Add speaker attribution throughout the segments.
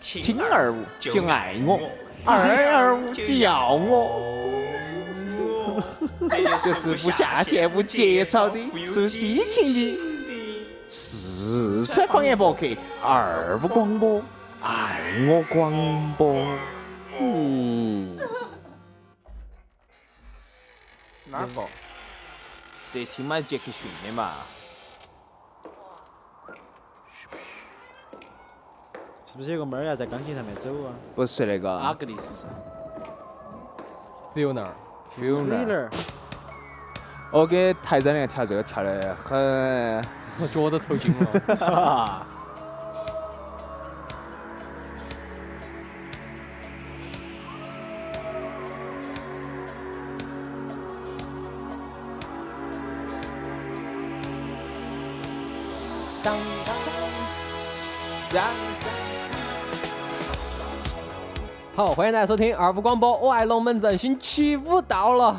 Speaker 1: 勤而勿就爱我，爱而勿就要我。这是不下线、不节操的，是激情的。四川方言博客二五广播，爱我广播。嗯，
Speaker 2: 哪个？
Speaker 1: 嗯这听嘛杰克逊的嘛，
Speaker 3: 是不是有个妹儿要在钢琴上面走啊？
Speaker 1: 不是那个
Speaker 3: 阿格丽是不是？
Speaker 2: 只有那儿。
Speaker 1: Funer。我哦给台长那个跳这个跳的很，
Speaker 2: 我脚都抽筋了。
Speaker 1: 当当
Speaker 2: 好，欢迎大家收听二五广播，我爱龙门阵，星期五到了，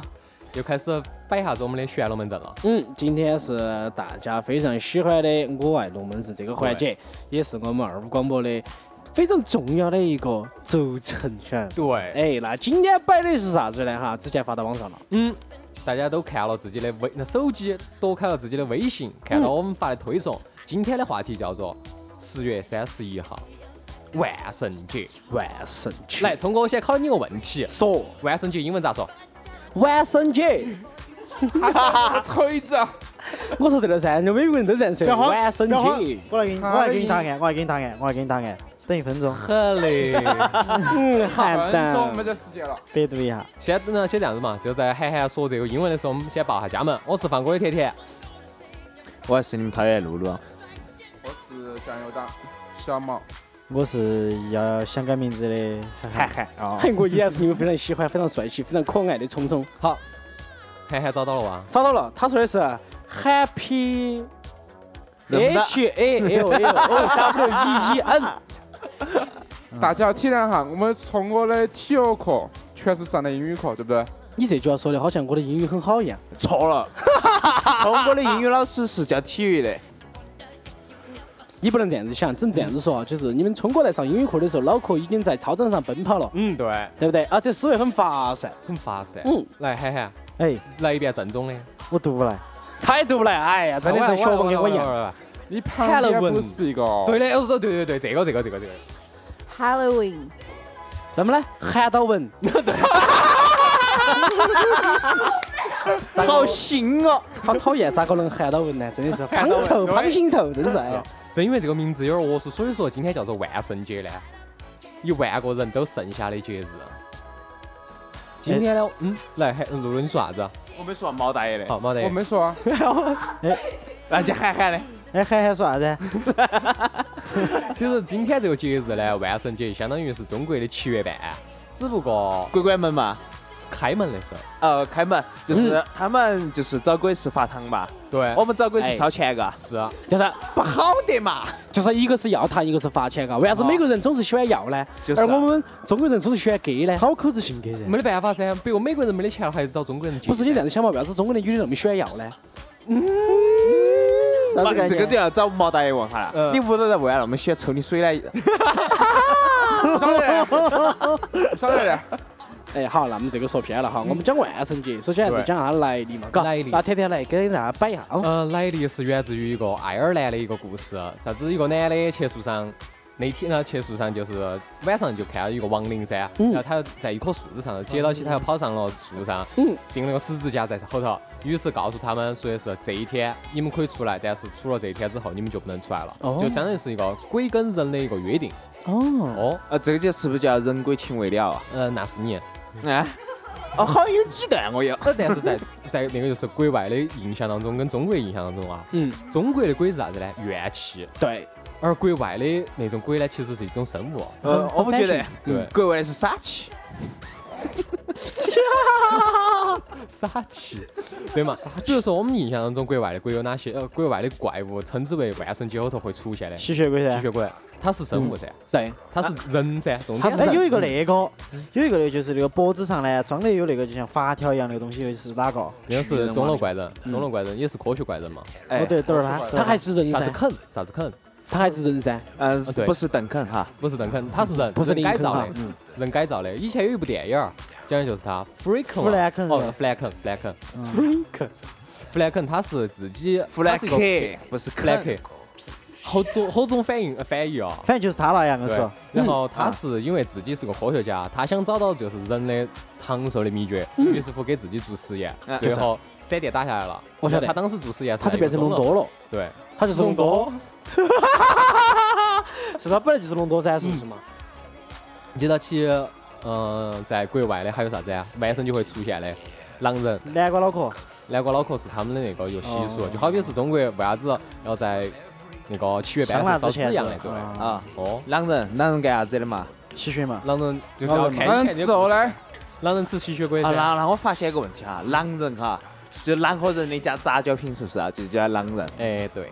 Speaker 2: 又开始摆下子我们的旋龙门阵了。
Speaker 3: 嗯，今天是大家非常喜欢的《我爱龙门阵》这个环节，也是我们二五广播的非常重要的一个轴承圈。
Speaker 2: 对，
Speaker 3: 哎，那今天摆的是啥子呢？哈，之前发到网上了。
Speaker 2: 嗯，大家都看了自己的微，那手机躲开了自己的微信，看到我们发的推送。今天的话题叫做十月三十一号，万圣节。
Speaker 3: 万圣节，
Speaker 2: 来，聪哥，我先考你个问题，
Speaker 3: 说
Speaker 2: 万圣节英文咋说？
Speaker 3: 万圣节，
Speaker 2: 锤子。
Speaker 3: 我说对了噻，人家美国人都这样说。万圣
Speaker 4: 不要慌
Speaker 3: 节，
Speaker 4: 我来给你，我来给你答案，我来给你答案，我来给你答案。等一分钟，
Speaker 2: 很嘞，
Speaker 3: 嗯，
Speaker 5: 分
Speaker 3: 邯
Speaker 5: 钟没
Speaker 3: 郸，
Speaker 5: 得时间了。
Speaker 4: 百度一下。
Speaker 2: 先那先这样子嘛，就在涵涵说这个英文的时候，我们先报下家门。我是放歌的甜甜，
Speaker 1: 我还是你们讨厌露露。
Speaker 5: 我是酱油党小毛，
Speaker 4: 我是要想改名字的涵涵
Speaker 1: 哦
Speaker 4: 啊，
Speaker 3: 嘿，我依然是你们非常喜欢、非常帅气、非常可爱的聪聪。
Speaker 2: 好，涵涵找到了哇？
Speaker 3: 找到了，他说的是 Happy
Speaker 1: 能吧
Speaker 3: H A L L O W E E N。
Speaker 5: 大家要体谅哈，我们从我的体育课全是上的英语课，对不对？
Speaker 3: 你这句话说的好像我的英语很好一样。
Speaker 1: 错了，聪哥的英语老师是教体育的，
Speaker 3: 你不能这样子想，只能这样子说，就是你们聪哥来上英语课的时候，脑壳已经在操场上奔跑了，
Speaker 2: 嗯，对，
Speaker 3: 对不对？而且思维很发散，
Speaker 2: 很发噻。
Speaker 3: 嗯
Speaker 2: 来，涵涵，
Speaker 4: 哎，
Speaker 2: 来一遍正宗的，
Speaker 4: 我读不来。
Speaker 3: 他也读不来，哎呀，真的
Speaker 2: 哎
Speaker 3: 是学问跟我一。
Speaker 2: 喂喂
Speaker 3: 样。
Speaker 2: 喂喂喂
Speaker 5: 你旁
Speaker 2: 看了
Speaker 5: 边
Speaker 2: 文
Speaker 5: 不是一个，
Speaker 2: 对的，我说对对对，这个这个这个这个，
Speaker 6: Halloween，
Speaker 3: 怎么呢？韩道文，
Speaker 1: 好新哦。
Speaker 3: 好讨厌，咋个能韩道文呢？真的是方臭方心臭，真是哎呀。
Speaker 2: 正因为这个名字有点恶俗，所以说今天叫做万圣节呢，一万个人都剩下的节日。今天呢，嗯，来，还露露你说啥子啊？
Speaker 1: 我没说毛大爷的，
Speaker 2: 好，冇得
Speaker 5: 我。没说啊，
Speaker 1: 哦那就喊喊的。
Speaker 4: 哎，涵涵说啥子？
Speaker 2: 其实今天这个节日呢，万圣节相当于是中国的七月半，只不过
Speaker 1: 鬼鬼门嘛，
Speaker 2: 开门的时候，
Speaker 1: 呃，开门
Speaker 2: 嗯
Speaker 1: 就是他们就是找鬼是发糖嘛，
Speaker 2: 对
Speaker 1: 我们找鬼是烧钱嘎，
Speaker 2: 哎是啊
Speaker 3: 就是
Speaker 1: 不好的嘛。
Speaker 3: 就是一个是要糖，一个是罚钱，啊嘎。为啥子美国人总是喜欢要呢？
Speaker 1: 就是啊
Speaker 3: 而我们中国人总是喜欢给呢？
Speaker 4: 好口是性格噻。
Speaker 2: 没得办法噻。比如美国人没得钱，还是找中国人借。
Speaker 3: 不是你这样子想嘛？为啥子中国的女的那么喜欢要呢？
Speaker 4: 啥子概
Speaker 1: 这个就
Speaker 4: 念？
Speaker 1: 要找毛大爷问哈了，
Speaker 2: 嗯
Speaker 1: 你屋头人为啥那么喜欢抽你水呢？
Speaker 5: 晓得的，晓得的。
Speaker 3: 哎，好，那我们这个说偏了哈，我们讲万圣节，首先还是
Speaker 2: 对
Speaker 3: 讲下来历嘛，嘎。
Speaker 2: 来历
Speaker 3: 那天天来给大家摆一下啊。
Speaker 2: 呃，来历是源自于一个爱尔兰的一个故事，啥子一个男的去树上，那天呢去树上就是晚上就看到一个亡灵噻，
Speaker 3: 嗯
Speaker 2: 然后他在一棵树子上接到起，他又跑上了树上，
Speaker 3: 嗯
Speaker 2: 钉了个十字架在后头，于是告诉他们说的是这一天你们可以出来，但是除了这一天之后你们就不能出来了，
Speaker 3: 哦
Speaker 2: 就相当于是一个鬼跟人的一个约定。
Speaker 3: 哦，
Speaker 2: 哦，
Speaker 1: 啊，这个就是不是叫人鬼情未了啊？
Speaker 2: 呃，那是你。
Speaker 1: 啊，哦，好有鸡蛋我有。
Speaker 2: 呃，但是在 在那个就是国外的印象当中，跟中国印象当中啊，
Speaker 3: 嗯，
Speaker 2: 中国的鬼是啥子呢？怨气，
Speaker 3: 对，
Speaker 2: 而国外的那种鬼呢，其实是一种生物。
Speaker 1: 呃，我不觉得，
Speaker 2: 嗯对
Speaker 1: 嗯国外是傻气，
Speaker 2: 傻气，对嘛？比如说我们印象当中国外的鬼有哪些？呃，国外的怪物称之为万圣节后头会出现的吸
Speaker 4: 吸血鬼噻。
Speaker 2: 血鬼，它是生物
Speaker 3: 嗯
Speaker 2: 噻，
Speaker 3: 对，
Speaker 2: 它是人噻，重
Speaker 4: 他
Speaker 2: 点
Speaker 4: 是
Speaker 2: 是
Speaker 4: 有一个那个，有一个呢，就是那个脖子上呢装的有那个，就像发条一样那个东西，是哪个？
Speaker 2: 那是
Speaker 3: 嗯
Speaker 2: 钟楼怪人，钟楼怪人也是科学怪人嘛？
Speaker 1: 哎
Speaker 4: 我，对，等会儿他
Speaker 3: 他还是人
Speaker 2: 啥子
Speaker 3: 噻。
Speaker 2: 肯？啥子肯？
Speaker 3: 他还是人噻，
Speaker 1: 嗯
Speaker 2: 哦对，
Speaker 1: 不是邓肯哈，
Speaker 2: 不是邓肯，他是人，
Speaker 3: 不是
Speaker 2: 人
Speaker 3: 林
Speaker 2: 改
Speaker 3: 肯
Speaker 2: 造
Speaker 3: 哈
Speaker 2: 的，，
Speaker 3: 嗯，
Speaker 2: 人改造的。以前有一部电影儿，讲的就是他
Speaker 4: 弗兰
Speaker 2: Freakon，
Speaker 4: 肯
Speaker 2: 哦，Flacken，Flacken，Flacken，Flacken，他是自己，
Speaker 1: 弗兰
Speaker 2: 他是
Speaker 1: 克
Speaker 2: 一个
Speaker 1: 不是肯
Speaker 2: Flacken，好多好种反应翻译啊。
Speaker 4: 反正就是他那样，我
Speaker 2: 对
Speaker 4: 说，，
Speaker 2: 然后他是因为自己是个科学家，他想找到就是人的长寿的秘诀，于是乎给自己做实验
Speaker 1: 嗯，
Speaker 2: 最后闪电打下来了。
Speaker 3: 我晓得
Speaker 2: 他当时做实验，
Speaker 3: 他就变成隆，多了，
Speaker 2: 对，
Speaker 3: 他就是隆多，，
Speaker 4: 是他本来就是隆多噻，是不是嘛？
Speaker 2: 接到起，嗯，在国外的还有啥子啊？外省就会出现的狼人，
Speaker 4: 南瓜脑壳，
Speaker 2: 南瓜脑壳是他们的那个一个习俗，就好比是中国为啥子要在那个七月半
Speaker 4: 香
Speaker 2: 的
Speaker 4: 辣
Speaker 2: 时候
Speaker 4: 之前
Speaker 2: 烧纸一
Speaker 4: 是
Speaker 2: 样
Speaker 4: 吧
Speaker 2: 的，对。
Speaker 4: 啊
Speaker 1: 啊，
Speaker 2: 哦，
Speaker 1: 狼人，狼人干啥子的嘛？
Speaker 4: 吸血嘛，
Speaker 2: 狼人就是要看
Speaker 5: 那
Speaker 2: 你
Speaker 5: 人
Speaker 2: 看
Speaker 5: 吃
Speaker 2: 你
Speaker 5: 肉呢？
Speaker 2: 狼人吃吸血鬼
Speaker 1: 啊，
Speaker 2: 噻。
Speaker 1: 那那我发现一个问题哈，狼人哈，就狼和人的加杂交品是不是啊？就叫狼人
Speaker 2: 哎，对，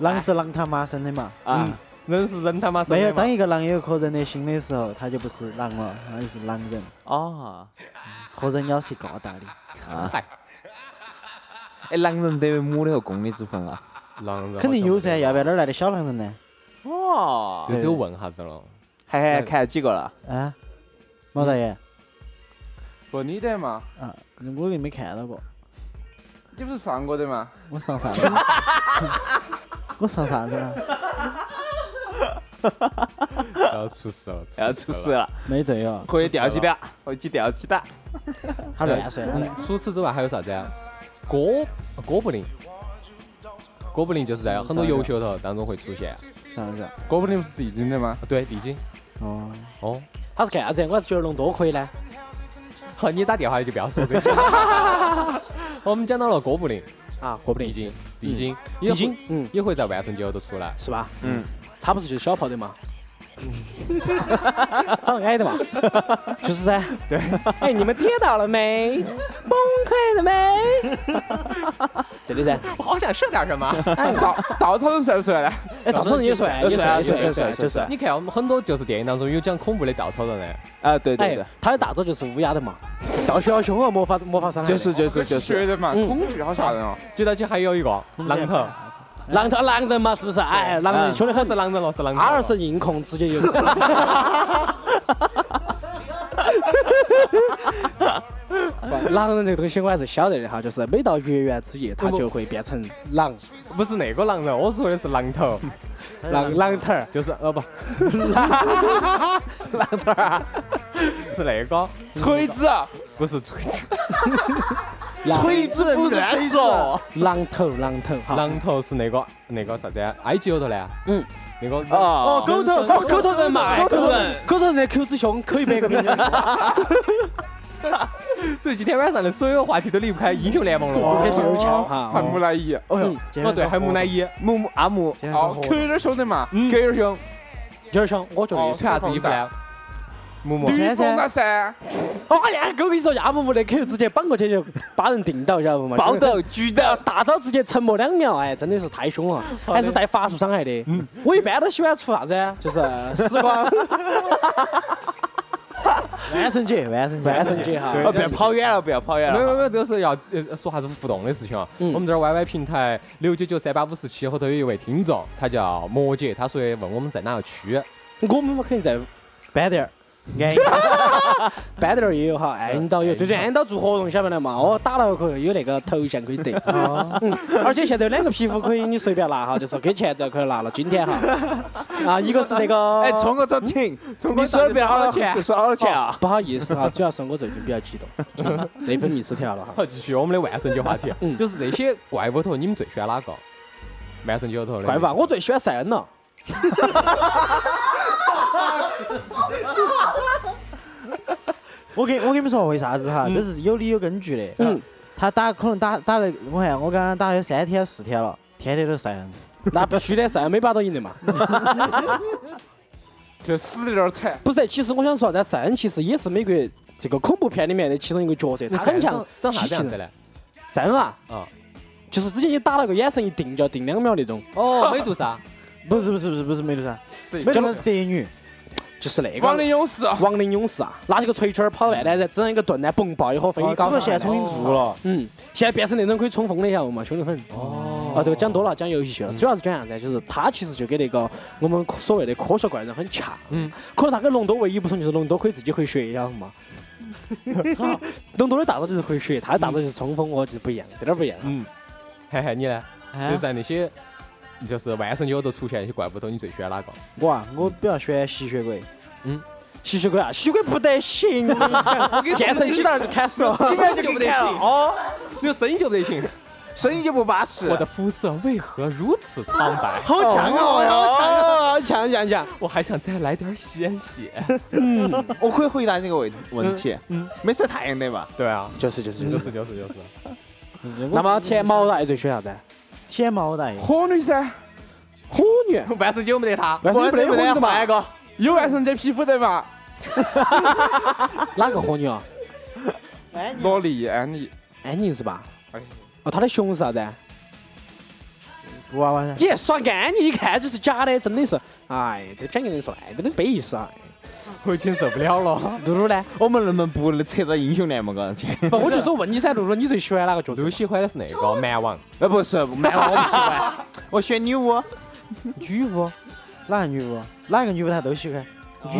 Speaker 4: 狼是狼他妈生的嘛。
Speaker 1: 啊？
Speaker 2: 嗯人是人他妈生
Speaker 4: 没
Speaker 2: 的
Speaker 4: 有，
Speaker 2: 嘛
Speaker 4: 当？一个狼有颗人的心的时候，他就不是狼了，他就是狼人，
Speaker 1: 哦，
Speaker 4: 和人妖是一个道理。
Speaker 2: 嗨，
Speaker 1: 哎，狼人得母的和公的之分啊？
Speaker 2: 狼人
Speaker 4: 肯定有噻，要不然
Speaker 2: 然
Speaker 4: 哪儿来的小狼人呢？
Speaker 1: 哦，
Speaker 2: 这只有问啥子了？
Speaker 1: 还还看几个了？
Speaker 4: 啊，毛大爷，
Speaker 5: 不，你的嘛，
Speaker 2: 嗯
Speaker 4: 啊，我又没看到过，
Speaker 5: 你不是上过的嘛？
Speaker 4: 我上 啥子？我上啥子了？
Speaker 2: 要出事了，
Speaker 1: 要出事啊
Speaker 2: 了。
Speaker 1: 了，
Speaker 4: 没对哦，
Speaker 1: 可以吊起打，可以吊起打。
Speaker 4: 他乱说，他
Speaker 2: 嗯
Speaker 4: 乱。
Speaker 2: 除此之外还有啥子啊？哥哥布林，哥布林就是在很多游戏里头当中会出现。啊
Speaker 4: 啥子？
Speaker 5: 哥布林不是地精 的吗？
Speaker 2: 对，地精。
Speaker 4: 哦，
Speaker 2: 哦，
Speaker 3: 他是干啥子？我还是觉得隆多可以呢，
Speaker 2: 好，你打电话就不要说这些。我们讲到了哥布林，
Speaker 3: 啊，过不得
Speaker 2: 地精，地精，
Speaker 3: 地精，嗯，
Speaker 2: 也会在万圣节后头出来。
Speaker 3: 是吧？
Speaker 1: 嗯，
Speaker 3: 他不是就是小炮的嘛， 长得矮的嘛，
Speaker 4: 就是噻，
Speaker 3: 哎，你们跌倒了没？崩溃了没？ 对的噻，
Speaker 2: 我好想射点什么。
Speaker 5: 稻稻草人帅不帅呢？
Speaker 3: 哎，稻草人也帅，
Speaker 1: 也帅
Speaker 3: 也帅，也
Speaker 1: 哎也帅
Speaker 3: 帅，也
Speaker 1: 也
Speaker 3: 帅，哎
Speaker 1: 帅
Speaker 3: 就帅。
Speaker 2: 你看，我们很多就是电影当中有讲恐怖的稻草人的，
Speaker 1: 啊，对对
Speaker 3: 哎
Speaker 1: 对，，
Speaker 3: 他的大招就是乌鸦的嘛，到小胸啊，魔法魔法伤害的，
Speaker 1: 就是就是就是
Speaker 5: 这学的嘛，
Speaker 3: 嗯
Speaker 5: 恐惧好吓人哦。
Speaker 2: 接到起还有一个狼头，
Speaker 3: 狼头狼人嘛，是不是？哎，狼
Speaker 1: 嗯
Speaker 3: 人凶
Speaker 2: 凶
Speaker 3: 得
Speaker 2: 的很
Speaker 3: 很
Speaker 2: 是，狼人了，是狼人了。
Speaker 3: 阿尔是硬控，直接就。 狼人这个东西我还是晓得的哈，就是每到月圆之夜，他就会变成狼
Speaker 2: 不是那个狼人，我说的是狼头，
Speaker 3: 狼狼头儿，
Speaker 2: 就是 呃不，狼头啊，是那个
Speaker 5: 锤子，
Speaker 2: 不是锤子，
Speaker 3: 狼
Speaker 1: 子不是吹手，
Speaker 3: 狼头狼头哈，
Speaker 2: 狼头是那个那个啥子啊埃及后头呢？
Speaker 3: 嗯，
Speaker 2: 那个
Speaker 1: 哦
Speaker 2: 人生
Speaker 3: 哦狗头人嘛，
Speaker 1: 狗头人，
Speaker 3: 狗头人的口子凶，口一百个名 人，
Speaker 2: 所以今天晚上的所有话题都离不开英雄联盟了。
Speaker 3: 跟头强
Speaker 5: 还
Speaker 3: 哈。
Speaker 5: 木乃伊，
Speaker 3: 嗯，
Speaker 2: 哦对，还有木乃伊，
Speaker 1: 木木阿木
Speaker 5: 哦，Q 有点凶的嘛，
Speaker 1: ，Q 儿兄，
Speaker 3: 就是凶，我觉
Speaker 5: 哦
Speaker 3: 得。
Speaker 2: 穿啥子衣服呢？木木，
Speaker 5: 吕布那噻，
Speaker 3: 哦呀，我跟你说，亚木木的口直接绑过去就把人定到，晓得不嘛？
Speaker 1: 爆头举头，
Speaker 3: 大招直接沉默两秒，哎，真的嗯是太凶了，还是带法术伤害的。我一般都喜欢出啥子啊，就是时 光
Speaker 4: 万圣节，万圣节，
Speaker 3: 万圣节哈。
Speaker 1: 哦，不要跑远了，不要跑远
Speaker 2: 没有没有
Speaker 1: 了。
Speaker 2: 没有，这个是要呃说啥子互动的事情啊。
Speaker 3: 嗯
Speaker 2: 我们这儿 YY 平台六九九三八五十七后头有一位听众，他叫摩姐，他说问我们在哪个区，
Speaker 3: 我们嘛肯定在
Speaker 4: 斑点儿， 安逸，
Speaker 3: 班头儿也有哈，哎安岛有，最近安岛做活动晓不得嘛？哦，打了可以有那个头像可以得， 嗯，而且现在有两个皮肤可以你随便拿哈，就是给钱就可以拿了。今天哈，啊， 一个是那个，
Speaker 1: 哎，冲我这停，你
Speaker 2: 我
Speaker 1: 手
Speaker 2: 这
Speaker 1: 表
Speaker 2: 好
Speaker 1: 好
Speaker 2: 多
Speaker 1: 钱，
Speaker 2: 钱
Speaker 1: 说好多钱啊？
Speaker 3: 不好意思哈，主要是我最近比较激动， 内分泌失调了哈。
Speaker 2: 好，继续我们的万圣节话题，啊
Speaker 3: 嗯
Speaker 2: 就是这些怪物头，你们最喜欢哪个？万圣节后头的
Speaker 3: 怪吧，我最喜欢赛恩了。
Speaker 4: 我给我跟你们说为啥子哈，这是有理有根据的。
Speaker 3: 嗯，
Speaker 4: 他打可能打打了，我看我跟他打了三天四天了，天天都晒恩。
Speaker 3: 那必须的，赛恩没把到赢的嘛。
Speaker 5: 就死的有点惨。
Speaker 3: 不是，其实我想说，在赛恩其实也是美国这个恐怖片里面的其中一个角色，他
Speaker 2: 那三
Speaker 3: 很
Speaker 2: 长
Speaker 3: 像
Speaker 2: 长啥子样子
Speaker 3: 的。
Speaker 2: 呢？
Speaker 3: 赛恩啊，
Speaker 2: 啊，
Speaker 3: 就是之前你打了个眼神一定就要定两秒那种，
Speaker 2: 哦，美杜 莎，
Speaker 4: 不是不是不是不是美杜莎，
Speaker 5: 是
Speaker 4: 美杜莎是蛇女，
Speaker 3: 就是那
Speaker 5: 亡
Speaker 3: 个
Speaker 5: 灵勇士，
Speaker 3: 亡灵勇士啊，拿起个锤圈儿跑外来，然后整一个盾呢，嘣爆一伙飞
Speaker 4: 哦
Speaker 3: 机搞
Speaker 4: 这个
Speaker 3: 上
Speaker 4: 现在
Speaker 3: 来。
Speaker 4: 重新做了。
Speaker 3: 嗯，现在变成那种可以冲锋的，晓得不嘛，凶得很。
Speaker 2: 哦，
Speaker 3: 啊，这个讲多了，讲游戏去了，主要是讲啥子？就是它其实就跟那个我们所谓的科学怪人很像，
Speaker 2: 嗯，
Speaker 3: 可能它跟龙多唯一不同就是龙多可以自己回血，晓得嘛？龙多的大招就是回血，它的大招就是冲锋，我就是不一样，这点儿不一样。
Speaker 2: 嗯，涵涵你呢？
Speaker 4: 哎
Speaker 2: 就在那些就是万圣节后头出现那些怪物头，你最喜欢哪个？
Speaker 4: 我啊，我比较喜欢吸血鬼。
Speaker 3: 吸血鬼啊，吸血鬼不得行，剑神几道就砍死了。
Speaker 2: 你们就不得行，
Speaker 1: 哦，
Speaker 2: 你的声音就不得行。
Speaker 1: 声音就不巴适。
Speaker 2: 我的肤色为何如此苍白？
Speaker 3: 好强哦，好强哦，强强强！
Speaker 2: 我还想再来点鲜血。
Speaker 1: 我可以回答这个问问题。嗯，没晒太阳的嘛。
Speaker 2: 对啊，
Speaker 3: 就是就是
Speaker 2: 就。是就是就是。
Speaker 3: 那么舔毛大最喜欢啥子？
Speaker 4: 舔毛大爷，
Speaker 5: 火女噻，
Speaker 3: 火 女，
Speaker 2: 万圣节我没得他，
Speaker 3: 但是你不得
Speaker 1: 不
Speaker 3: 火女
Speaker 1: 得
Speaker 3: 的嘛
Speaker 1: 换一？个。
Speaker 5: 有万圣节皮肤的嘛？
Speaker 3: 哪个火女啊？
Speaker 1: 哎
Speaker 5: 萝莉、安妮，
Speaker 3: 安妮是吧
Speaker 5: 哎？
Speaker 3: 哦，她的熊是啥子？
Speaker 4: 布娃娃噻。
Speaker 3: 你耍安妮，一看就是假的，真的是。哎，这片跟你说，哎，真的没意思啊。
Speaker 2: 我已经受不了 了。
Speaker 3: 露露呢？哦
Speaker 1: 我们能不能不扯到英雄联盟啊？ 去？
Speaker 3: 不，我就说问你噻，露露，你最喜欢哪个角色
Speaker 2: 最？喜欢的是那个蛮王，
Speaker 1: 呃，不是，蛮王我不喜欢，我选女巫。
Speaker 4: 女巫，哪个女巫？哪个女巫他都喜欢。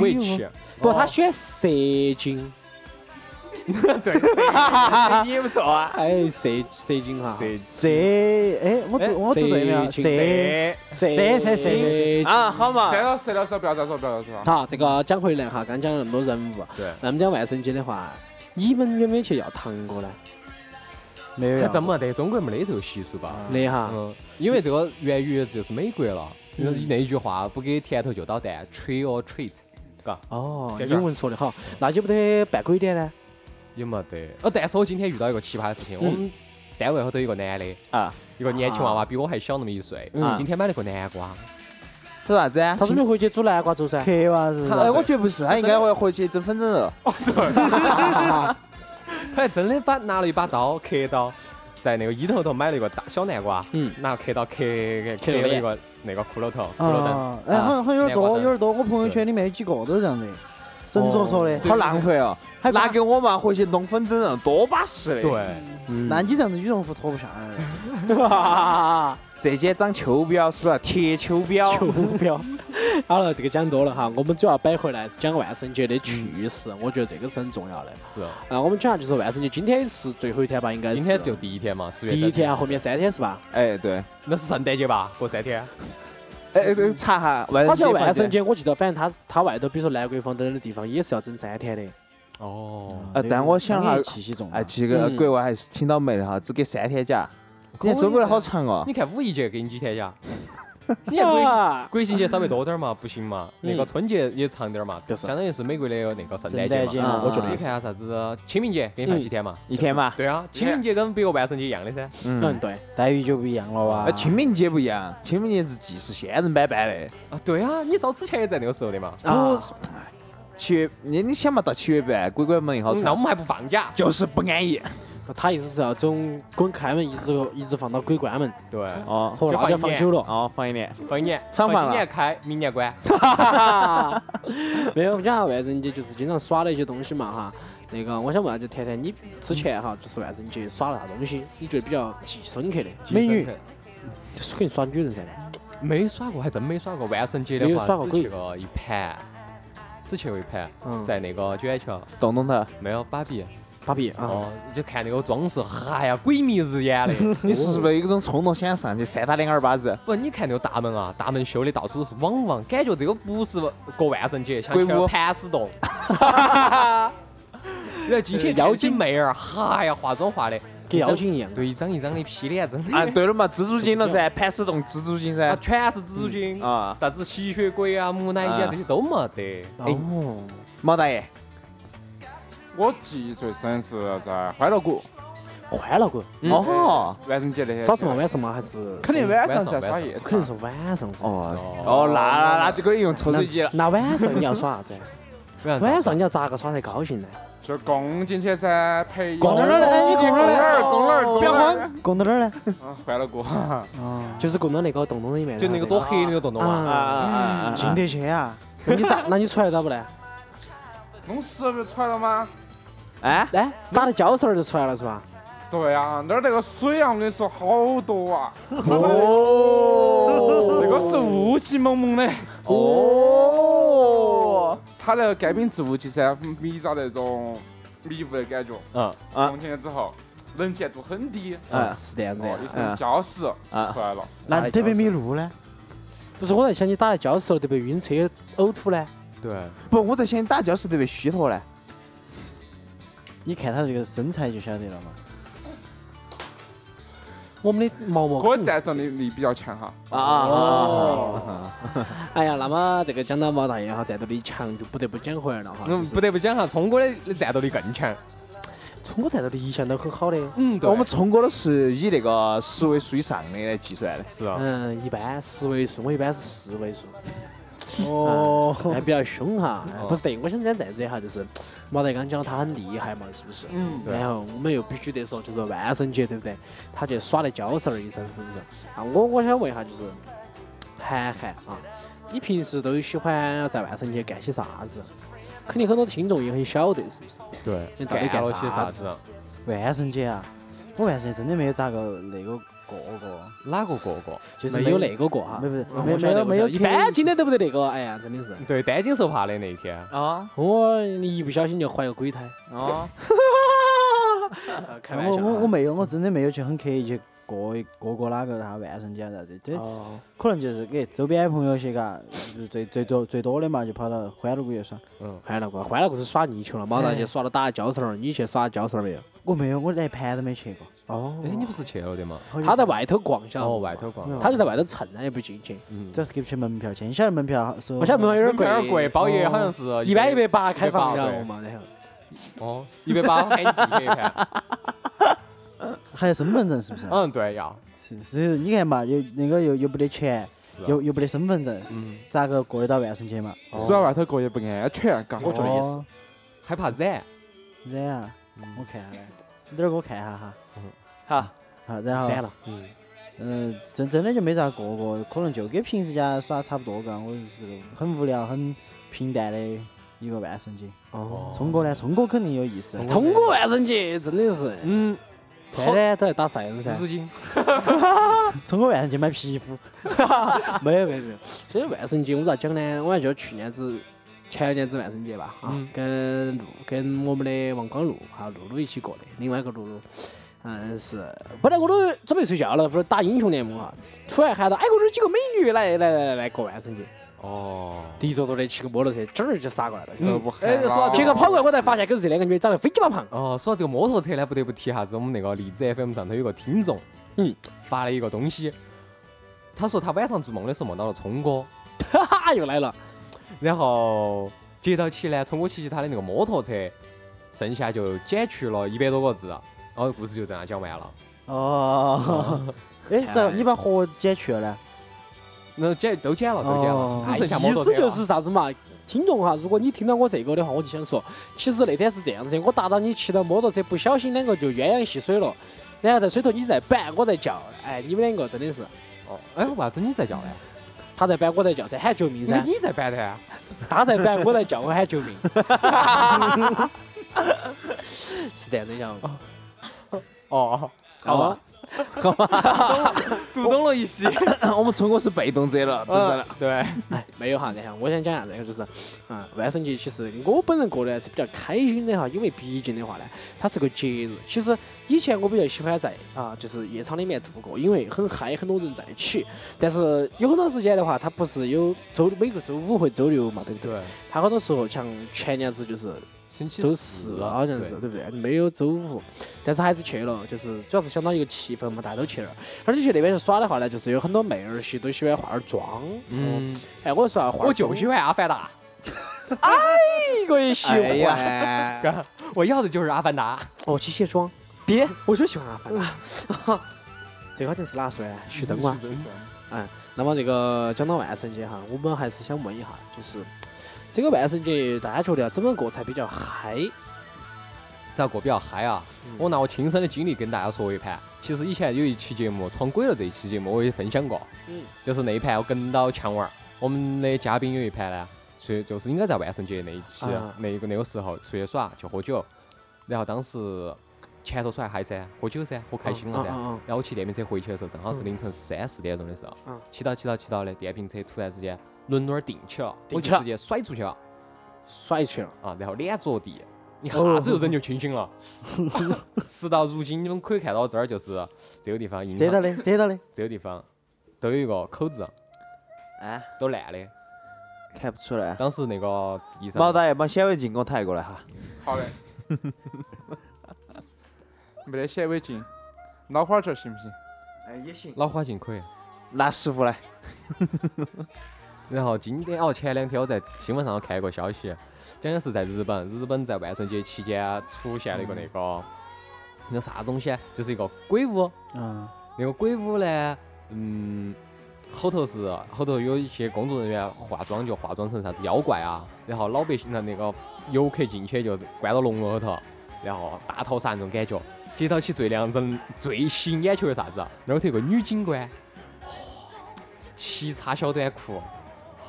Speaker 2: 魏奇。
Speaker 3: 不，她喜欢蛇精。
Speaker 1: 你也不错 啊。
Speaker 3: 哎，蛇蛇精哈。
Speaker 4: 蛇，哎，我读我读对了。
Speaker 3: 蛇
Speaker 4: 蛇，
Speaker 3: 蛇
Speaker 4: 蛇蛇蛇
Speaker 3: 精
Speaker 4: 蛇
Speaker 1: 啊，好嘛
Speaker 5: 删。了删了删了，不要再说，不要再说。
Speaker 3: 好，这个讲回来哈，刚讲了那么多人物，
Speaker 2: 对
Speaker 3: 那么讲万圣节的话，你们有没有去要糖果呢？
Speaker 4: 没有
Speaker 2: 还真
Speaker 4: 呀。
Speaker 2: 没得，中国人没得这个习俗吧？
Speaker 3: 没哈，
Speaker 2: 嗯，因为这个源于就是美国了，那一句话不给甜头就捣蛋，trick or treat，嘎，
Speaker 3: 哦，
Speaker 2: 这个
Speaker 3: 英文说的好，那有不得扮鬼脸呢？
Speaker 2: 也没得。哦，但是我今天遇到一个奇葩的事情，我们单位后头有个男的，
Speaker 1: 啊，
Speaker 2: 一个年轻娃娃比我还小那么一岁，
Speaker 1: 嗯
Speaker 2: 今天买了个南瓜，
Speaker 1: 他啥子啊？
Speaker 3: 他准备回去煮南瓜粥噻。
Speaker 4: 客娃是不
Speaker 2: 看
Speaker 1: 哎，
Speaker 4: 是？
Speaker 1: 我觉得不是，他应该会回去蒸粉蒸肉。
Speaker 2: 他还真的把拿了一把刀，刻刀，在那个一头头买了一个大小南瓜，
Speaker 3: 嗯
Speaker 2: 拿刻刀刻刻了一个那个骷髅头，骷髅灯。
Speaker 4: 啊，哎，好像好像有点
Speaker 2: 南瓜
Speaker 4: 多，
Speaker 2: 灯
Speaker 4: 有点多。我朋友圈里面有几个都是这样子，神戳戳的。
Speaker 1: 好浪费哦！
Speaker 4: 还
Speaker 1: 拿给我嘛，回去弄粉蒸肉，多巴适的。，
Speaker 2: 对，
Speaker 3: 嗯
Speaker 4: 那你这样子羽绒服脱不下来了。
Speaker 1: 这些长秋膘是不是要贴秋膘？
Speaker 3: 目标。好了，这个讲多了哈，我们主要摆回来是讲万圣节的趣事，我觉得这个是很重要的。
Speaker 2: 是。
Speaker 3: 啊，我们讲下就是万圣节，今天是最后一天吧，应该是。
Speaker 2: 今天就第一天嘛，十月
Speaker 3: 第一天啊，
Speaker 2: 啊，
Speaker 3: 后面三天是吧？
Speaker 1: 哎，对，
Speaker 2: 那是圣诞节吧？过三天。
Speaker 1: 哎，哎哎查哈，万
Speaker 3: 好
Speaker 1: 圣节房
Speaker 3: 像
Speaker 1: 间，
Speaker 3: 万圣节，我记得反正他他外头，比如说南国风灯的地方，也是要整三天的。
Speaker 2: 哦，
Speaker 1: 啊但我想哈
Speaker 4: 商业气息重嘛。
Speaker 1: 哎，这个
Speaker 3: 嗯
Speaker 1: 国外还是挺倒霉的哈，只给三天假。你看中国人好长哦
Speaker 2: 啊你，看五一节给你几天假？你看国
Speaker 3: 呀，
Speaker 2: 国庆节稍微多点儿嘛，不行嘛？那个
Speaker 3: 嗯
Speaker 2: 春节也长点儿嘛，
Speaker 3: 就是
Speaker 2: 相当于是美国的那个圣
Speaker 4: 圣
Speaker 2: 诞
Speaker 4: 诞
Speaker 2: 节
Speaker 4: 节
Speaker 2: 嘛。
Speaker 4: 嘛，
Speaker 1: 啊
Speaker 4: 我觉
Speaker 2: 你
Speaker 4: 得
Speaker 2: 看下啥子清明节给你放几天嘛？
Speaker 1: 一天嘛。
Speaker 2: 对啊，清明节跟别个万圣节一样的噻。
Speaker 3: 嗯，
Speaker 1: 嗯，
Speaker 3: 对，
Speaker 4: 待遇就不一样了哇。
Speaker 1: 哎，清明节不一样，清明节是祭祀仙人板办的。
Speaker 2: 啊，对啊，你早之前也在那个时候的嘛。
Speaker 1: 我是哎七月，你你想嘛，到七月半，鬼鬼门也好
Speaker 2: 嗯那我
Speaker 1: 长，
Speaker 2: 们还不放假？
Speaker 1: 就是不安逸。
Speaker 3: 他意思是要从滚开门一直一直放到鬼关门，
Speaker 2: 对，
Speaker 1: 哦
Speaker 3: 后
Speaker 2: 就
Speaker 3: 来
Speaker 2: 放
Speaker 3: 就
Speaker 2: 一
Speaker 3: 放
Speaker 2: 年
Speaker 3: 久了。
Speaker 1: 哦，放一年。
Speaker 2: 放一年，
Speaker 1: 长
Speaker 2: 放
Speaker 1: 放
Speaker 2: 今
Speaker 1: 了
Speaker 2: 年开，明年关。
Speaker 3: 没有，我们讲万圣节就是经常耍的一些东西嘛哈。那个，我想问下，就甜甜，你之前哈就是万圣节耍了啥东西？你觉得比较记忆深刻的？
Speaker 2: 美女，
Speaker 3: 就是肯定耍女人噻。
Speaker 2: 没耍过，还真没耍过。万圣节
Speaker 3: 没
Speaker 2: 的
Speaker 3: 有
Speaker 2: 话，
Speaker 3: 耍过
Speaker 2: 只去过一盘，只去过一盘，
Speaker 3: 嗯，
Speaker 2: 在那个九眼桥，
Speaker 1: 动动头，
Speaker 2: 没有芭比。
Speaker 3: 芭比啊，
Speaker 2: 哦，就看那个装饰，哎呀，鬼迷日眼的。
Speaker 1: 你是不是有一种冲动想上去扇他两耳巴子？
Speaker 2: 不，你看那个大门啊，大门修的到处都是网网，感觉这个不是过万圣节，像
Speaker 1: 鬼
Speaker 2: 去了
Speaker 1: 屋
Speaker 2: 盘丝洞。然后进去
Speaker 3: 妖
Speaker 2: 妖精妹儿，哈呀，化妆化的
Speaker 3: 跟妖精一样。
Speaker 2: 对，一张一张的批脸，真的。
Speaker 1: 啊，对了嘛，蜘蛛精了噻，盘丝洞蜘蛛精噻
Speaker 2: 啊，。全是蜘蛛精
Speaker 1: 嗯啊
Speaker 2: 啥子吸血鬼啊、木乃伊啊
Speaker 1: 啊
Speaker 2: 这些都没得。
Speaker 3: 哦，
Speaker 1: 毛大爷，
Speaker 5: 我记忆最深是在欢乐谷
Speaker 3: 欢乐谷，
Speaker 2: 嗯
Speaker 1: 哦，
Speaker 5: 万圣节那天，
Speaker 3: 早上嘛，晚上嘛，还是
Speaker 5: 肯定晚上
Speaker 2: 晚上
Speaker 5: 噻，耍夜
Speaker 3: 肯定
Speaker 5: 场。
Speaker 3: 是晚上噻。
Speaker 1: 哦哦，那那那就可以用抽水机了。
Speaker 3: 那晚上你要耍 啥子？晚上你要咋个耍才高兴呢？
Speaker 5: 就供进去噻，陪
Speaker 3: 供哪儿呢
Speaker 5: 了，
Speaker 3: 哎
Speaker 1: 公
Speaker 3: 哪
Speaker 1: 儿公儿公
Speaker 4: 不要慌，拱到哪儿呢？
Speaker 5: 啊欢乐谷，
Speaker 3: 就是供到那个洞洞里面，
Speaker 2: 就那个多黑那个洞洞啊。
Speaker 1: 啊
Speaker 3: 啊。
Speaker 1: 啊啊！
Speaker 4: 进得去啊！
Speaker 3: 那你 咋？那你出来咋不呢？
Speaker 5: 弄死不就出来了吗？
Speaker 1: 哎，
Speaker 3: 哎，打的胶水儿就出来了是吧？
Speaker 5: 对啊，那儿那个水啊，我跟你说好多啊，
Speaker 1: 哦，
Speaker 5: 那个是雾气蒙蒙的。
Speaker 1: 哦，
Speaker 5: 它那个干冰植物其实噻，弥撒那种迷雾的感觉。
Speaker 2: 嗯，
Speaker 1: 啊
Speaker 5: 冬天了之后，能见度很低，
Speaker 1: 嗯，
Speaker 3: 是这样子
Speaker 5: 哦
Speaker 3: 呀，。
Speaker 5: 一身礁石就出来了。
Speaker 4: 那特别迷路呢？
Speaker 3: 不是，我在想你打在礁石时候特别晕车、呕吐呢。
Speaker 2: 对，
Speaker 1: 不，我在想你打胶是特别虚脱呢。
Speaker 4: 你看他这个身材就晓得了嘛。
Speaker 3: 我们的毛毛
Speaker 5: 我
Speaker 3: 孔。
Speaker 5: 战胜力力比较强哈，
Speaker 1: 啊啊！
Speaker 3: 哎呀，那么这个讲到毛大爷哈，战斗力强就不得不讲回来了哈。
Speaker 2: 嗯，
Speaker 3: 就是
Speaker 2: 不得不讲哈，聪哥的战斗力更强。
Speaker 3: 中国战斗力一向都很好的。
Speaker 2: 嗯，对，
Speaker 1: 我们聪哥都是以那个十位数以上的来计算的。
Speaker 2: 是啊，
Speaker 3: 嗯，一般十位数，我一般是四位数，啊
Speaker 4: 哦，
Speaker 3: 还比较凶哈。不是的，我想讲这样子哈，就是毛大刚讲了他很厉害嘛，是不是？
Speaker 2: 嗯，对
Speaker 3: 然，后我们又必须得说，就是万圣节，对不对？他去耍那胶绳儿一身，是不是？啊，我我想问一下，就是涵涵啊，你平时都喜欢在万圣节干些啥子？肯定很多听众也很晓得，是不是？
Speaker 2: 对，
Speaker 3: 你到底
Speaker 2: 干
Speaker 3: 干
Speaker 2: 了些
Speaker 3: 啥
Speaker 2: 啥
Speaker 3: 子
Speaker 2: 子？啊
Speaker 4: 万圣节啊，我万圣节真的没有咋个那个过过，
Speaker 2: 哪个哥哥？
Speaker 4: 就是
Speaker 3: 没有那个过哈，
Speaker 4: 没不
Speaker 3: 我
Speaker 4: 没
Speaker 3: 晓
Speaker 4: 没
Speaker 3: 得
Speaker 4: 有
Speaker 3: 我
Speaker 4: 没有
Speaker 3: 晓得一般
Speaker 4: 便宜
Speaker 3: 今天都不得那个，哎呀，真的是，
Speaker 2: 对，担惊受怕的那一天。
Speaker 3: 哦
Speaker 1: 啊
Speaker 3: 我你一不小心就怀个鬼胎，
Speaker 1: 啊！
Speaker 3: 呃开玩
Speaker 4: 我
Speaker 3: 笑啊。
Speaker 4: 我我没有，我真的没有去很刻意去过一过过哪个啥万圣节啊啥子，这
Speaker 3: 哦，
Speaker 4: 可能就是给周边朋友些嘎，就是最最多最多的嘛，就跑到欢乐谷去耍。
Speaker 3: 欢乐谷，欢乐谷是耍泥鳅了，马大去耍了打胶绳儿，你去耍胶绳儿没有？
Speaker 4: 我没有，我连盘都没去过。
Speaker 3: 哦
Speaker 2: 哎，你不是去了的吗？
Speaker 3: 他在外头逛，晓得
Speaker 2: 哦，
Speaker 3: 不
Speaker 2: 外头逛。
Speaker 4: 嗯
Speaker 3: 他就在外头蹭，他也不进去。
Speaker 2: 嗯
Speaker 4: 主，要是给不起门票钱，你晓得门票是？
Speaker 3: 我晓得门票有点贵，哦
Speaker 2: 有点贵，包夜好像是
Speaker 3: 一般一
Speaker 2: 百
Speaker 3: 百八开放，
Speaker 2: 180
Speaker 3: 晓
Speaker 2: 对
Speaker 3: 得不嘛？然后
Speaker 2: 哦，一百八，我喊你进去 一看。
Speaker 4: 还有身份证是不是？
Speaker 3: 啊
Speaker 2: 嗯，对，要
Speaker 4: 是是，你看嘛，有那个又又没得钱，
Speaker 2: 是。啊
Speaker 4: 又又没得身份证，
Speaker 2: 嗯，
Speaker 4: 咋个过得到万圣节嘛？
Speaker 5: 虽然外头过也不安全，嘎。
Speaker 3: 我觉得也
Speaker 4: 哦
Speaker 3: 是。嗯
Speaker 2: 害怕染。
Speaker 4: 然啊，我看下嘞，你等会儿给我看一下哈。
Speaker 1: 好，
Speaker 4: 好，然后
Speaker 3: 删了。
Speaker 2: 嗯，
Speaker 4: 嗯，真真的就没咋过过，可能就跟平时家耍差不多嘎。我就是很无聊、很平淡的一个万圣节。
Speaker 2: 哦
Speaker 4: 聪哥呢？聪哥肯定有意思。
Speaker 3: 通过万圣节真的是，
Speaker 2: 嗯，
Speaker 3: 天天都在打赛人噻
Speaker 2: 蜘。蛛精。
Speaker 4: 聪哥万圣节买皮肤，
Speaker 3: 没有没有没有，其实万圣节我咋讲呢？我还记得去年子。前年子万圣节吧，啊，
Speaker 2: 嗯
Speaker 3: 跟露跟我们的王光露还有露露一起过的，另外一个露露，嗯是，本来我都准备睡觉了，不是打英雄联盟哈，突然喊到，哎，我这儿几个美女来来来来来过万圣节，
Speaker 2: 哦，
Speaker 3: 一桌桌的骑个摩托车，吱儿就杀过来了，嗯
Speaker 5: 都不喊
Speaker 2: 哎
Speaker 5: 了
Speaker 2: 说到这
Speaker 3: 结果跑过来，我才发现，跟这两个女的长得飞鸡巴胖。
Speaker 2: 哦，说到这个摩托车呢，不得不提哈子，我们那个荔枝 FM 上头有个听众，
Speaker 3: 嗯，
Speaker 2: 发了一个东西，他说他晚上做梦的时候梦到了聪哥，
Speaker 3: 哈哈，又来了。
Speaker 2: 然后接到起呢，聪哥骑起他的那个摩托车，剩下就减去了一百多个字，啊然后故事就这样讲完了。
Speaker 4: 哦，哎，咋你把火剪去了呢？
Speaker 2: 那减都减了，都减了
Speaker 4: 哦，
Speaker 2: 只剩下摩
Speaker 3: 哎啊意
Speaker 2: 托
Speaker 3: 思
Speaker 2: 车了。
Speaker 3: 就是啥子嘛，听众哈，如果你听到我这个的话，我就想说，其实那天是这样子的，我搭档你骑到摩托车，不小心两个就鸳鸯戏水了，然后在水头你在板，我在叫，哎，你们两个真的是，
Speaker 2: 哦，哎，为啥子你在叫呢？
Speaker 3: 他在板，我在叫，在喊救命噻，
Speaker 2: 你在办的？啊
Speaker 3: 他在板，我在叫，我喊救命， 是这样子讲，
Speaker 2: 哦，
Speaker 3: 好吧，
Speaker 2: 读懂了一些。
Speaker 1: 我们聪哥是被动者了，真的了。
Speaker 2: 对，
Speaker 3: 哎，没有哈，然后我想讲下这个就是，啊，万圣节其实我本人过得还是比较开心的哈，因为毕竟的话呢，它是个节日。其实以前我比较喜欢在啊，就是夜场里面度过，因为很嗨，很多人在一起。但是有很多时间的话，它不是有周每个周五或周六嘛，对不对？
Speaker 2: 对，
Speaker 3: 它很多时候像前年子就是
Speaker 2: 星期
Speaker 3: 周四啊
Speaker 2: 啊
Speaker 3: 好像是，对不对？没有周五，但是还是去了，就是主要是想到一个气氛嘛，大家都去那儿。而且去那边去耍的话呢，就是有很多妹儿些都喜欢化点妆，
Speaker 2: 嗯，
Speaker 3: 哎，我说啊化
Speaker 2: 我
Speaker 3: 妆
Speaker 2: 就喜欢阿凡达，
Speaker 3: 一个喜
Speaker 1: 哎
Speaker 3: 欢。
Speaker 2: 我要的就是阿凡达。
Speaker 3: 哦，机械装， 别，我就喜欢阿凡达。嗯 这个好像是哪说呢？徐峥啊。那么这个讲到万圣节哈，我们还是想问一下，就是这个万圣节大家觉得要怎么过才比较嗨？
Speaker 2: 咋个比较嗨啊？
Speaker 3: 嗯
Speaker 2: 我拿我亲身的经历跟大家说一盘。其实以前有一期节目《闯鬼了》这一期节目，我也分享过。
Speaker 3: 嗯
Speaker 2: 就是那一盘我跟到强玩儿，我们的嘉宾有一盘呢，出去就是应该在万圣节那一期、
Speaker 3: 啊
Speaker 2: 那一个那个时候出去耍就喝酒，然后当时前头出来嗨噻，喝酒噻，喝开心了
Speaker 3: 嗯嗯
Speaker 2: 噻。
Speaker 3: 嗯嗯
Speaker 2: 然后我骑电瓶车回去的时候，正好是凌晨三四点钟的时候
Speaker 3: 嗯，
Speaker 2: 骑到骑到骑到的电瓶车突然之间轮轮儿定起了，我
Speaker 3: 定起
Speaker 2: 就
Speaker 3: 了
Speaker 2: 直接甩出去了
Speaker 3: 甩去了，
Speaker 2: 啊，然后脸着地，一
Speaker 3: 哦
Speaker 2: 下子就人就清醒了。 事到如今，你们可以看到这儿就是这个地
Speaker 3: 啊
Speaker 2: 方印
Speaker 4: 遮到
Speaker 2: 堂，
Speaker 4: 的，遮到的，
Speaker 2: 这个地方都有一个口子，
Speaker 3: 啊
Speaker 1: 哎，
Speaker 2: 都烂的。
Speaker 1: 看不出来。
Speaker 2: 当时那个地上
Speaker 1: 毛大爷把显微镜给我抬过来哈。
Speaker 5: 好嘞， 没得显微镜，脑花儿行不行？
Speaker 1: 哎，也行。
Speaker 2: 老花镜可以。
Speaker 1: 拿师傅来。
Speaker 2: 然后今天哦，前两天我在新闻上看一个消息，讲的是在日本，日本在万圣节期间啊出现了一个那个那个啥东西啊，就是一个鬼屋。
Speaker 4: 嗯，
Speaker 2: 那个鬼屋呢，嗯，后头是后头有一些工作人员化妆，就化妆成啥子妖怪啊，然后老百姓的那个游客进去就是关到笼笼后头，然后大逃杀那种感觉。街道起最让人最吸引眼球的是啥子啊？那儿头有个女警官，哦齐叉小短裤，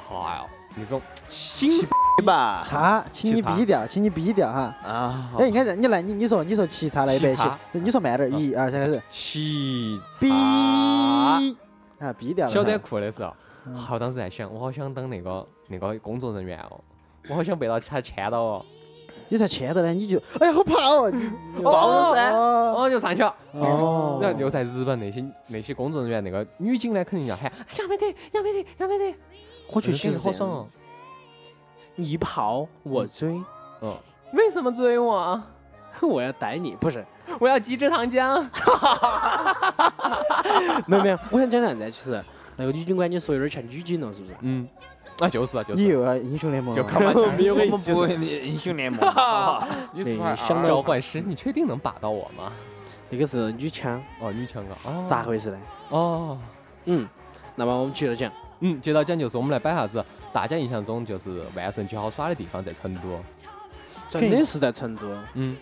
Speaker 2: 哎哟，那种
Speaker 1: 警察 吧。
Speaker 3: 啊
Speaker 4: 擦，请你
Speaker 2: 去擦
Speaker 4: 逼掉，请你逼掉哈。
Speaker 1: 啊，好
Speaker 3: 哦
Speaker 4: 哎，你看这，你来，你你说，你说七叉来一
Speaker 2: 七
Speaker 4: 百
Speaker 2: 叉
Speaker 4: 七，你说慢点儿，一二三开始，
Speaker 2: 齐
Speaker 4: 逼
Speaker 2: 叉
Speaker 4: 啊，逼掉了哈。
Speaker 2: 小短裤的时候，
Speaker 3: 嗯
Speaker 2: 好，当时在想，我好想当那个那个工作人员哦，我好想被到他牵到哦，
Speaker 4: 你才牵到呢，你就哎呀好怕哦。
Speaker 1: 抱着噻。
Speaker 4: 哦
Speaker 2: 我就上去了。
Speaker 4: 哦，
Speaker 2: 然后又在日本那些那些工作人员，那个女警呢，肯定要喊哎亚美得亚美得亚美得，
Speaker 4: 我觉得
Speaker 2: 其
Speaker 4: 其实
Speaker 2: 实好爽
Speaker 3: 嗯
Speaker 2: 哦，
Speaker 3: 你跑我追，
Speaker 2: 嗯。为什么追我？啊
Speaker 3: 我要逮你，不是，
Speaker 2: 我要鸡汁糖浆。
Speaker 3: 没有没有，我想讲啥子啊？其实那个女警官，你说有点像女警了，是不是？
Speaker 2: 嗯，啊，就是啊，就
Speaker 4: 你
Speaker 2: 是。
Speaker 4: 又要英雄联盟
Speaker 2: 就
Speaker 4: 了
Speaker 2: 看完
Speaker 3: 没有
Speaker 1: 我
Speaker 3: 我
Speaker 1: 们不
Speaker 3: 就是
Speaker 1: 会英雄联盟，好不好
Speaker 5: 你出
Speaker 4: 对
Speaker 5: 来
Speaker 4: 相
Speaker 5: 二
Speaker 2: 召唤师，你确定能把到我吗？
Speaker 3: 那个是女枪，
Speaker 2: 哦，女强啊，哦，
Speaker 3: 咋？回事呢？
Speaker 2: 哦，
Speaker 3: 嗯，那么我们接着讲，
Speaker 2: 嗯，接到讲就是我们来摆下子，大家印象中就是万圣节好耍的地方在成都。
Speaker 3: 真的是在成都
Speaker 2: 嗯，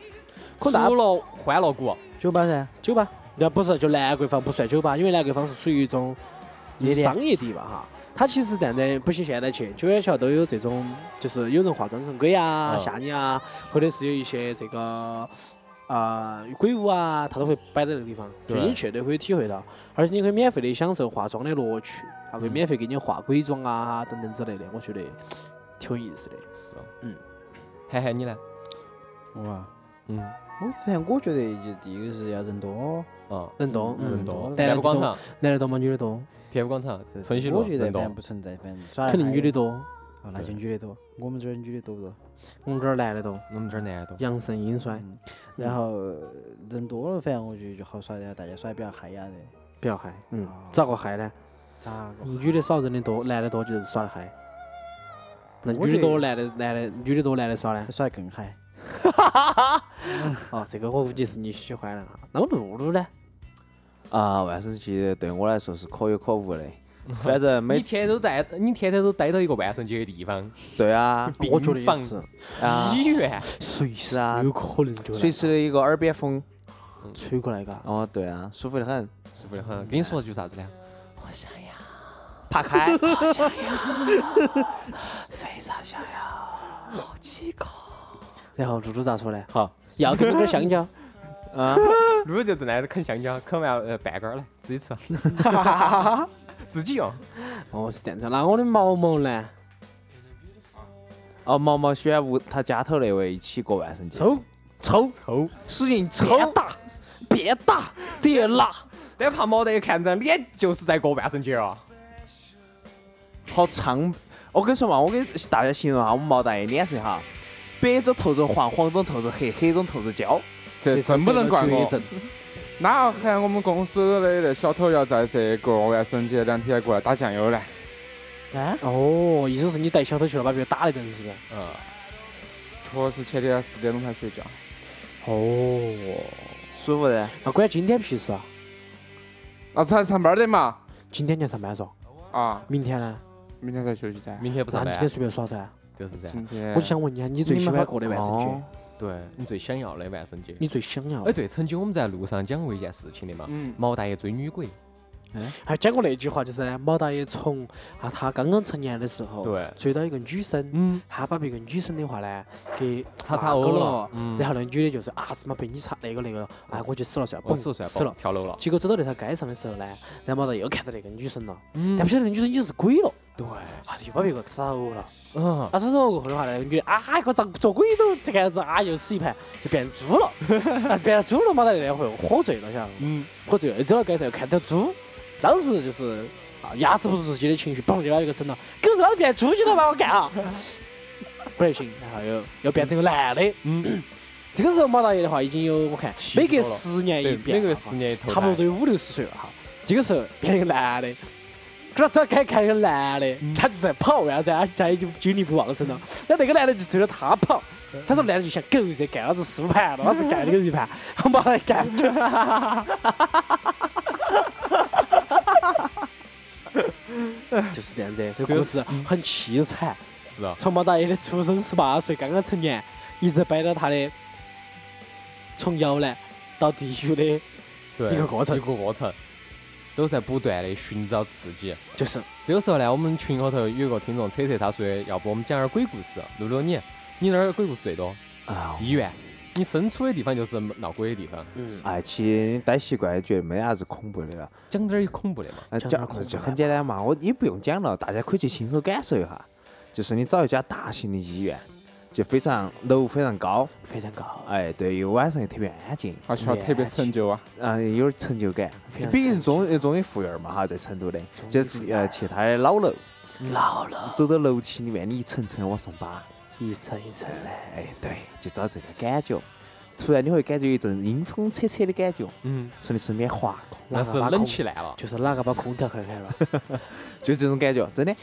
Speaker 3: 可
Speaker 2: 除
Speaker 3: 大
Speaker 2: 了欢乐谷，
Speaker 4: 酒吧噻，
Speaker 3: 酒吧，那不是就南桂坊不算酒吧，因为南桂坊是属于一种
Speaker 4: 夜店
Speaker 3: 嗯商业地吧哈。它其实但在不行，现在去九眼桥都有这种，就是有人化妆成鬼啊、
Speaker 2: 嗯
Speaker 3: 吓你啊，或者是有一些这个呃鬼屋啊，它都会摆在那个地方，就
Speaker 2: 对
Speaker 3: 你去都可以体会到，而且你可以免费的享受化妆的乐趣，还会
Speaker 2: 嗯
Speaker 3: 免费给你化鬼妆啊等等之类的，我觉得挺有意思的。
Speaker 2: 是，
Speaker 3: 嗯，
Speaker 2: 涵涵你呢？
Speaker 4: 哇，
Speaker 2: 嗯，
Speaker 4: 我反正我觉得就第一个是要人多，
Speaker 2: 哦，
Speaker 3: 人多，
Speaker 4: 嗯
Speaker 2: 人
Speaker 3: 嗯，
Speaker 2: 多，
Speaker 3: 但
Speaker 2: 天府广
Speaker 3: 人
Speaker 2: 场，
Speaker 3: 男的多吗？女的多？
Speaker 2: 天府广场，
Speaker 4: 是
Speaker 2: 春熙路
Speaker 4: 我觉得反
Speaker 2: 人多
Speaker 4: 正，不存在，反正耍得
Speaker 3: 肯定
Speaker 4: 嗨
Speaker 3: 女的，多，
Speaker 4: 哦那就女的多，我们这儿女的多不多？
Speaker 3: 我们这儿男的多，
Speaker 2: 我们这儿男的多。
Speaker 3: 阳盛阴衰，
Speaker 4: 嗯，然后呃人多了，反正我觉得就好耍的，大家耍得比较嗨呀的，
Speaker 3: 比较嗨。嗯
Speaker 4: 哦，
Speaker 3: 咋个嗨呢？
Speaker 4: 咋个？
Speaker 3: 女的少，人的多，男的多就是耍得嗨。那
Speaker 4: 我
Speaker 3: 女
Speaker 4: 觉
Speaker 3: 的多，
Speaker 4: 得
Speaker 3: 男的男的女的多，男的少呢？
Speaker 4: 耍得更嗨，
Speaker 3: 哦，这个我估计是你喜欢了哈。啊那么露露呢？
Speaker 1: 啊，万圣节对我来说是可有可无的，反正
Speaker 2: 你
Speaker 1: 每
Speaker 2: 天天都待，你天天都待到一个万圣节的地方，
Speaker 1: 对 啊
Speaker 2: 病
Speaker 3: 我觉得也
Speaker 2: 房
Speaker 3: 是，
Speaker 1: 啊，
Speaker 2: 医院，
Speaker 3: 随时
Speaker 1: 啊
Speaker 3: 有可能就来
Speaker 1: 随时的一个耳边风，
Speaker 3: 吹过来嘎。
Speaker 1: 哦，对啊，舒服的很，
Speaker 2: 舒服的很。跟你说句啥子呢？我想要，
Speaker 1: 爬开，
Speaker 3: 然后露露咋说呢？
Speaker 1: 好，
Speaker 3: 要给你根香蕉，
Speaker 1: 啊，
Speaker 2: 露露就正在啃香蕉，啃完呃半根儿来自己吃，自己用。
Speaker 3: 哦是这样子。那我的毛毛呢？
Speaker 1: 哦，毛毛喜欢屋他家头那位一起过万圣节，
Speaker 3: 抽抽
Speaker 2: 抽，
Speaker 1: 使劲抽，
Speaker 3: 打，别打，别拉。
Speaker 2: 但怕毛蛋一看这张脸，就是在过万圣节啊。
Speaker 1: 好苍，我跟你说嘛，我给大家形容下我们毛大爷脸色哈，白中透着黄，黄中透着黑，黑中透着焦，
Speaker 5: 这真不能怪
Speaker 3: 绝
Speaker 5: 我。
Speaker 3: 症。
Speaker 5: 哪喊我们公司的那小偷要在这个万圣节两天过来打酱油呢？
Speaker 4: 啊，
Speaker 3: 哦，意思是你带小偷去了，把别人打了一顿，是不是？
Speaker 2: 嗯，
Speaker 5: 确实前天四点钟才睡觉。
Speaker 3: 哦，
Speaker 1: 舒服的，
Speaker 3: 那关于今天屁事啊？
Speaker 5: 老子还上班的嘛？
Speaker 3: 今天你要上班嗦，
Speaker 5: 啊，
Speaker 3: 明天呢？
Speaker 5: 明天才休息噻。
Speaker 2: 明天不
Speaker 3: 那
Speaker 2: 上
Speaker 3: 你今天
Speaker 2: 班，啊
Speaker 3: 随便耍噻。
Speaker 2: 就是这样。
Speaker 5: 今天
Speaker 3: 我就想问你啊，啊你最喜欢过的万圣节
Speaker 1: 哦？
Speaker 2: 对你最想要的万圣节。
Speaker 3: 你最想要
Speaker 2: 哎哎，？对，曾经我们在路上讲过一件事情的嘛，
Speaker 5: 嗯，
Speaker 2: 毛大爷追女鬼。
Speaker 3: 还讲过那句话，就是呢毛大爷从啊他刚刚成年的时候，
Speaker 2: 对，
Speaker 3: 追到一个女生，
Speaker 2: 嗯，
Speaker 3: 他把别个女生的话呢给
Speaker 2: 叉叉
Speaker 3: 骂过
Speaker 2: O
Speaker 3: 了
Speaker 2: 了，，嗯
Speaker 3: 然后那女的就说啊什么被你查那个那个，啊我就死了算了，
Speaker 2: 我
Speaker 3: 嘣
Speaker 2: 手算
Speaker 3: 死了。
Speaker 2: 跳楼了，
Speaker 3: 结果走到那条街上的时候呢，然后毛大爷又看到那个女生了，
Speaker 2: 嗯
Speaker 3: 但不晓得那女生已经是鬼了，
Speaker 2: 对，
Speaker 3: 啊又把别个杀了。
Speaker 2: 嗯，
Speaker 3: 啊，所以说过后的话呢，那个女的啊，一个咋做鬼都这个样子啊，又死一盘，就变猪 了，啊，变了猪了嘛，那那回喝醉了，晓得吗？
Speaker 2: 嗯，
Speaker 3: 喝醉了又走到街上又看到猪，当时就是啊，压制不住自己的情绪，嘣就把一个整了，狗日老子变猪，你都把我干了， 不得行，然后又又变成个男的，
Speaker 2: 嗯，
Speaker 3: 这个时候马大爷的话已经有我看
Speaker 2: 七
Speaker 3: 每
Speaker 2: 十
Speaker 3: 隔
Speaker 2: 多了
Speaker 3: 十年一
Speaker 2: 对，
Speaker 3: 变
Speaker 2: 每
Speaker 3: 了哈，
Speaker 2: 个十年一头
Speaker 3: 差不多都
Speaker 2: 胎
Speaker 3: 有五六十岁了哈。这个时候变成个男的，可能只要看看一个男的，他就在跑，为啥子啊？他已经精力不旺盛了。那那个男的就追着他跑，他说男的就像狗日干老子四五盘了，老子干那个一盘，他妈的干死了。 就是这样子，这个嗯故事很凄惨。
Speaker 2: 是啊，
Speaker 3: 从毛大爷的出生十八岁，刚刚成年，一直摆到他的从摇篮到地狱的，
Speaker 2: 对，
Speaker 3: 一个过程
Speaker 2: 一个过程，都在不断的寻找刺激。
Speaker 3: 就是
Speaker 2: 这个时候呢，我们群后头有一个听众扯扯，他说要不我们讲点鬼故事。露露你，你哪儿鬼故事最多？
Speaker 1: 啊，
Speaker 2: 医院，你身处的地方就是闹鬼的地方，
Speaker 3: 嗯
Speaker 1: 哎，去待习惯了，觉得没啥子恐怖的了。
Speaker 2: 讲点儿有恐怖的嘛。
Speaker 1: 呃
Speaker 3: 讲点
Speaker 1: 讲
Speaker 3: 恐怖
Speaker 1: 就
Speaker 3: 的
Speaker 1: 很简单嘛，我也不用讲了，大家可以去亲手感受一下。就是你找一家大型的医院，就非常楼非常高，
Speaker 3: 非常高，
Speaker 1: 哎，对，又晚上又特别安静，
Speaker 5: 好像特别成就啊！
Speaker 1: 嗯，有点成就感
Speaker 3: 非。常
Speaker 1: 毕竟是中中医附院嘛哈，在成都的，就是呃去他的老楼，
Speaker 3: 哎老了，
Speaker 1: 走到楼梯里面，你一层层往上扒，
Speaker 3: 一层一层来，
Speaker 1: 哎，对，就找这个感觉。突然你会感觉一阵阴风吹吹的感觉
Speaker 2: 嗯，
Speaker 1: 从你身边划过，
Speaker 2: 那是冷气烂了，
Speaker 3: 就是哪个把空调开开 了？
Speaker 1: 就这种感觉，真的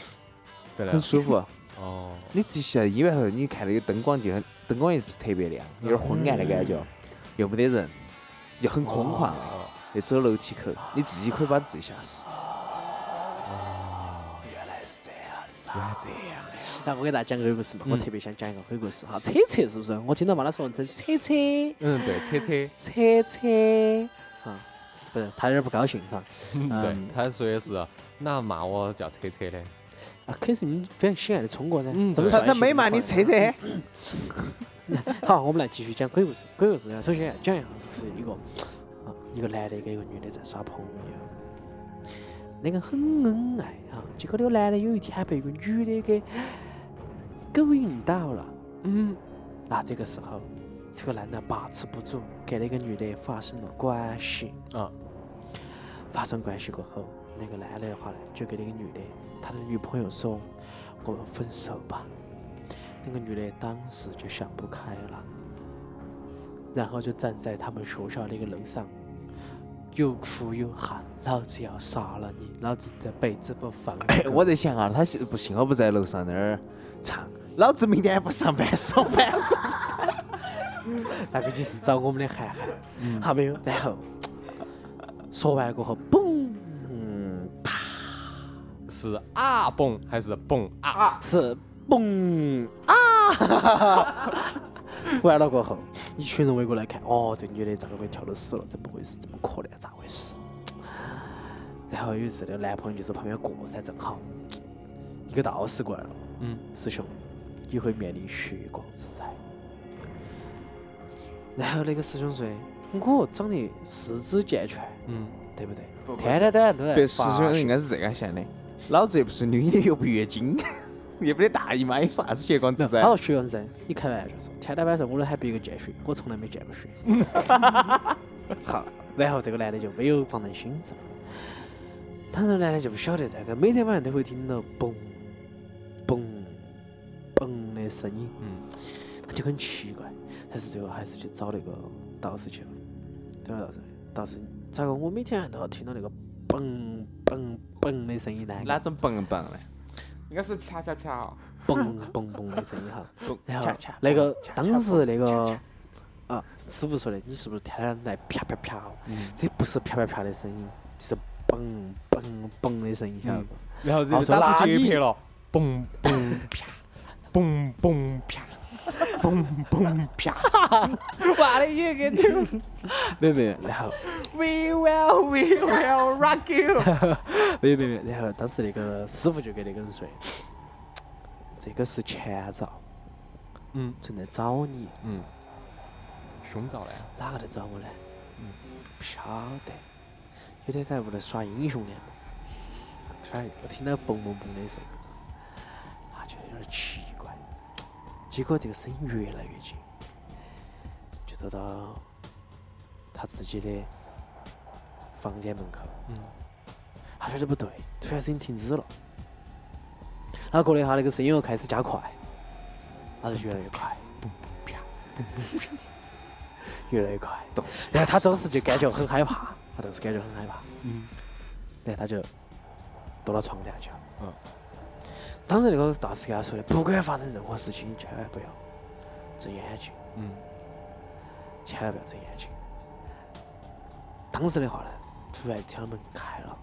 Speaker 2: 真的
Speaker 1: 很。舒服。
Speaker 2: 哦，
Speaker 1: 啊 你自己去到医院后，你看那个灯光就很，灯光也不是特别亮，有点昏暗的感觉，又没得人，又很空旷，又走楼梯口，你自己可以把自己吓死。
Speaker 3: 那我给大家讲个鬼故事
Speaker 2: 嗯
Speaker 3: 嘛，我特别想讲一个鬼故事哈。扯扯是不是？我听到妈妈说真扯扯
Speaker 2: 嗯，对，扯扯，
Speaker 3: 扯扯啊，不是，嗯他有点不高兴哈。
Speaker 2: 对，嗯他说的是哪骂我叫扯扯的，
Speaker 3: 啊，可以是你们非常喜爱的中国人，
Speaker 2: 嗯
Speaker 3: 这么
Speaker 1: 他
Speaker 3: 帅
Speaker 1: 他
Speaker 3: 气
Speaker 1: 没
Speaker 3: 的
Speaker 1: 骂
Speaker 3: 中国
Speaker 1: 你
Speaker 3: 人
Speaker 1: 扯扯，！”
Speaker 3: 好，我们来继续讲鬼故事。鬼故事啊呢，首先讲一下是一个啊，一个男的跟一个女的在耍朋友，两个很恩爱啊。结果那个男的有一天被一个女的给勾引到了，嗯，那这个时候，这个男的把持不住，跟那个女的发生了关系
Speaker 2: 啊。
Speaker 3: 发生关系过后，那个男的的话呢，就给那个女的他的女朋友说：“我们分手吧。”那个女的当时就想不开了，然后就站在他们学校那个楼上，又哭又喊：“老子要杀了你，老子这辈子不放你
Speaker 1: 我在想啊，他幸不幸好不在楼上那儿唱，老子明天不上班，上班上。
Speaker 3: 那个就是找我们的涵涵，好没有？然后说完过后，嘣，
Speaker 2: 是啊蹦还是蹦啊？
Speaker 3: 是嘣啊！ 完了过后，一群人围过来看，哦，这女的咋个被跳楼死了？怎么回事？这么可怜？咋回事？然后有一次，那个男朋友就在旁边过噻，正好一个道士过来了，
Speaker 2: 嗯，
Speaker 3: 师兄，你会面临血光之灾。然后那个师兄说，我长得四肢健全，
Speaker 2: 嗯，
Speaker 3: 对不对？天天都在都在
Speaker 1: 别师
Speaker 3: 发
Speaker 1: 兄
Speaker 3: 现
Speaker 1: 应该是这个想的，老子又不是女的，又不月经， 也不得大姨妈，有啥子血光之灾
Speaker 3: 他？说徐先生，你开玩笑说，天天晚上我都喊别个见血，我从来没见过血。 好，然后这个男的就没有放在心上，当时男的就不晓得这个，每天晚上都会听到嘣嘣嘣的声音，
Speaker 2: 嗯，
Speaker 3: 他就很奇怪，但是最后还是去找那个道士去了，找那个道士，道士咋个我每天晚上都要听到那个嘣嘣嘣的声音呢？
Speaker 1: 哪种蹦蹦的？
Speaker 5: 应该是啪啪啪哦，
Speaker 3: 嘣嘣嘣的声音哈。
Speaker 1: 蹦
Speaker 3: 然
Speaker 1: 恰
Speaker 3: 后
Speaker 1: 恰
Speaker 3: 那个
Speaker 1: 恰恰
Speaker 3: 当时那
Speaker 1: 恰
Speaker 3: 个
Speaker 1: 恰
Speaker 3: 啊，师傅说的，你是不是天天在啪啪啪哦？这不是啪啪啪的声音，就是嘣嘣嘣的声音，晓得不？
Speaker 2: 然后
Speaker 3: 哦
Speaker 2: 就
Speaker 3: 说
Speaker 2: 打
Speaker 3: 那
Speaker 2: 出节
Speaker 3: 你
Speaker 2: 拍了，蹦蹦啪，蹦蹦啪，嘣嘣啪，
Speaker 3: What are you going to？没有 没有，然后 We will, we will rock you 没有。没有没有，然后当时那个师傅就给那个人说， 这个是前兆，
Speaker 2: 嗯
Speaker 3: 正在找你，
Speaker 2: 嗯，胸罩嘞，
Speaker 3: 哪个在找我呢？不晓得。有天在屋头耍英雄联盟，突然又听到嘣嘣嘣的一声，啊，觉得有点奇怪。结果这个声音越来越近，就走到他自己的房间门口。
Speaker 2: 嗯，
Speaker 3: 他觉得不对，突然声音停止了。他过了一下，那个声音又开始加快，他就越来越快，越来越快。然后他当时就感觉很害怕，他当时感觉很害怕。
Speaker 2: 嗯，
Speaker 3: 然后他就躲到床底下去了。
Speaker 2: 嗯。
Speaker 3: 当时那个大师给他说的，不管发生任何事情，千万不要睁眼睛，
Speaker 2: 嗯，
Speaker 3: 千万不要睁眼睛。当时的话呢，突然敲门开了，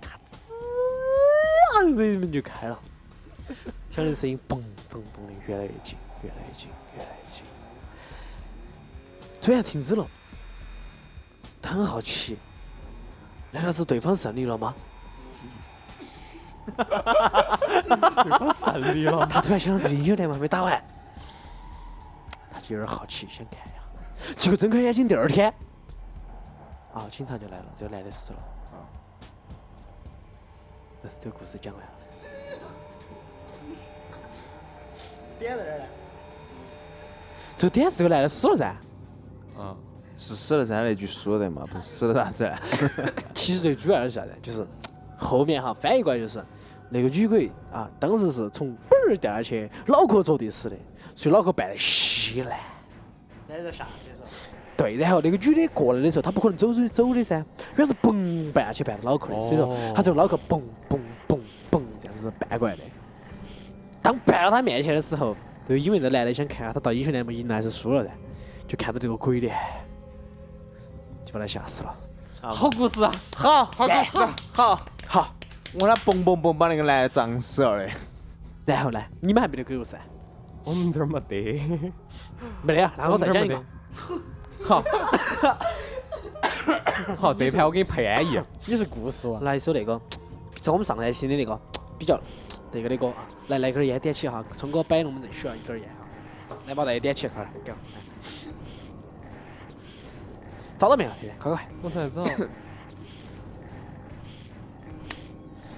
Speaker 3: 咔吱，啊，人门就开 了，敲的声音嘣嘣嘣的越来越近，越来越近，越来越近，突然停止了。他很好奇，难道是对方胜利了吗？
Speaker 2: 胜利了，
Speaker 3: 他突然想到自己英雄联盟还没打完，他就有点好奇，想看一下。结果睁开眼睛，第二天，啊，警察就来了，这个男的死了。
Speaker 2: 啊
Speaker 3: 嗯这个故事讲完了。点在哪儿呢？这点是个男的死了噻。
Speaker 2: 啊，
Speaker 1: 是死了噻那句说的嘛，不是死了啥子啊？
Speaker 3: 其实最主要的是啥子？就是后面哈翻译过来就是那个女鬼啊，当时是从嘣儿掉下去，脑壳着地死的，所以脑壳扮得稀烂。
Speaker 4: 那在下厕所。
Speaker 3: 对，然后那个女的过来的时候，她不可能走走走的噻，原来是嘣绊下去绊到脑壳的，所以说
Speaker 2: 哦
Speaker 3: 她从脑壳嘣嘣嘣嘣这样子绊过来的。当绊到她面前的时候，就因为这男的想看下她到英雄联盟赢了还是输了噻，就看到这个鬼脸，就把她吓死了。哎
Speaker 2: 好故事啊，
Speaker 1: 好，
Speaker 5: 好故事啊，
Speaker 1: 好，
Speaker 3: 好，
Speaker 1: 我那嘣嘣嘣把那个男的撞死了的。
Speaker 3: 然后呢，你们还没得鬼故事啊？
Speaker 2: 我嗯们这儿没得，嗯
Speaker 3: 没得啊？那我再讲一个。
Speaker 2: 好， 好，这盘我给你配安逸，
Speaker 4: 你是故事王。
Speaker 3: 来一首那个，从我们上台新的那个比较那个的歌啊，来来根烟点起哈，聪哥摆龙门阵需要一根烟哈，来把大家点起快来，啊给我来。找到没有？现啊在快快，
Speaker 2: 我才找，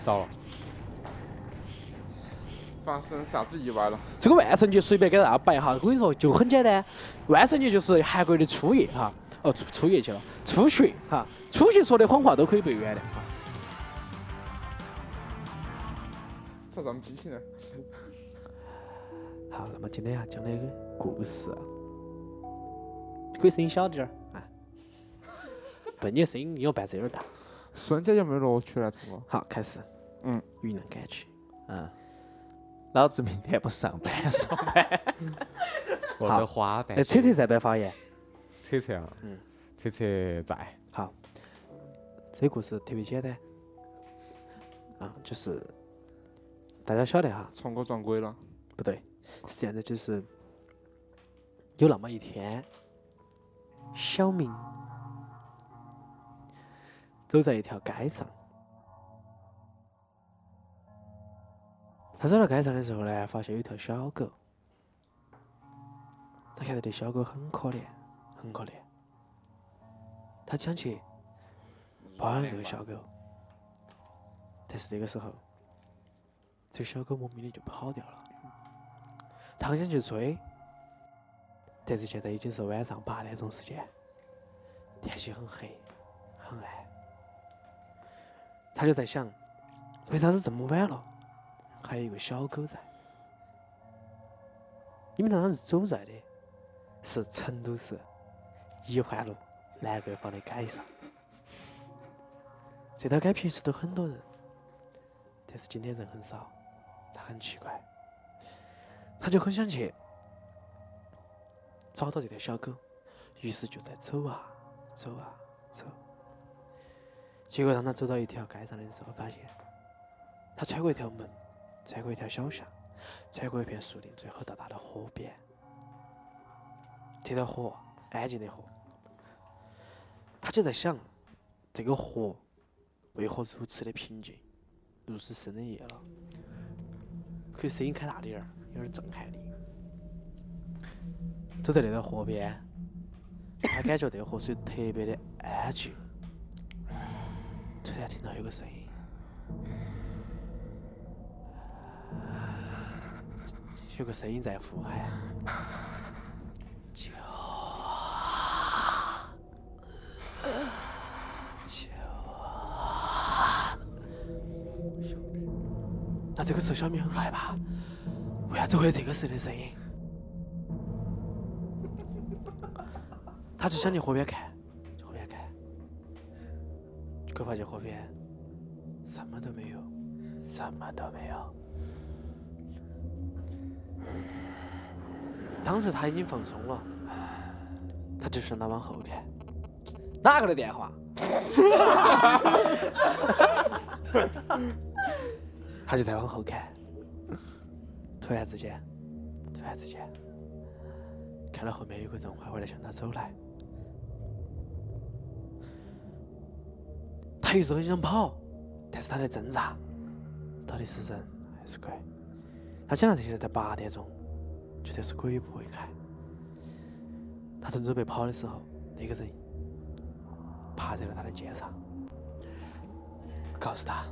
Speaker 2: 糟了，
Speaker 5: 发生啥子意外了？
Speaker 3: 这个万圣节随便给大家摆哈，我跟你说就很简单，万圣节就是韩国的初夜哈，哦初初夜去了，初雪哈，初雪说的谎话都可以被原谅哈。
Speaker 5: 咋这么激情呢？
Speaker 3: 好，那么今天要讲的故事啊，可以声音小点儿啊，不，你的声音你要伴奏有点大。
Speaker 5: 瞬间有没有啊乐趣呢？聪哥，
Speaker 3: 好，开始。
Speaker 5: 嗯，
Speaker 3: 云南赶去。
Speaker 1: 嗯，老子明天不上班，上班。
Speaker 2: 我的花瓣
Speaker 3: 哎，，车车在不在发言？
Speaker 2: 车车啊，
Speaker 3: 嗯
Speaker 2: 车车在，
Speaker 3: 好，这个故事特别简单啊，就是大家晓得哈，
Speaker 5: 聪哥撞鬼了，
Speaker 3: 不对，是这样的，就是有那么一天，小明走在一条街上，他走到街上的时候呢，发现有一条小狗，他看到这小狗很可怜，很可怜，他想去包养这个小狗，但是这个时候，这个小狗莫名的就跑掉了。他很想去追，但是现在已经是晚上八点钟时间，天气很黑，很暗。他就在想，为啥子这么晚了，还有一个小狗在？你们当然是走在的，是成都市一环路南桂坊的街上。这条街平时都很多人，但是今天人很少，他很奇怪。他就很想去找到这条小狗，于是就在走啊走啊走。结果当他走到一条街上的时候，发现他穿过一条门，穿过一条小巷，穿过一片树林，最后到达了河边。这条河安静的河，他就在想，这个河为何如此的平静，如此深的夜了？可以声音开大点儿，有点震撼你。走在那条河边，他感觉这个河水特别的安静。突然听到有个声音，有个声音在呼喊。那这个时候小明很害怕，为啥子会有这个声的声音？他就想去河边看，去河边看，结果发现河边什么都没有，什么都没有。当时他已经放松了，他就想到往后看，哪个的电话？他就在往后看。突然之间，突然之间，看到后面有个人缓缓的向他走来，他一直很想跑，但是他在挣扎，到底是人还是鬼？他讲到这些在八点钟，绝对是鬼不会开。他正准备跑的时候，那个人趴在了他的肩上，告诉他。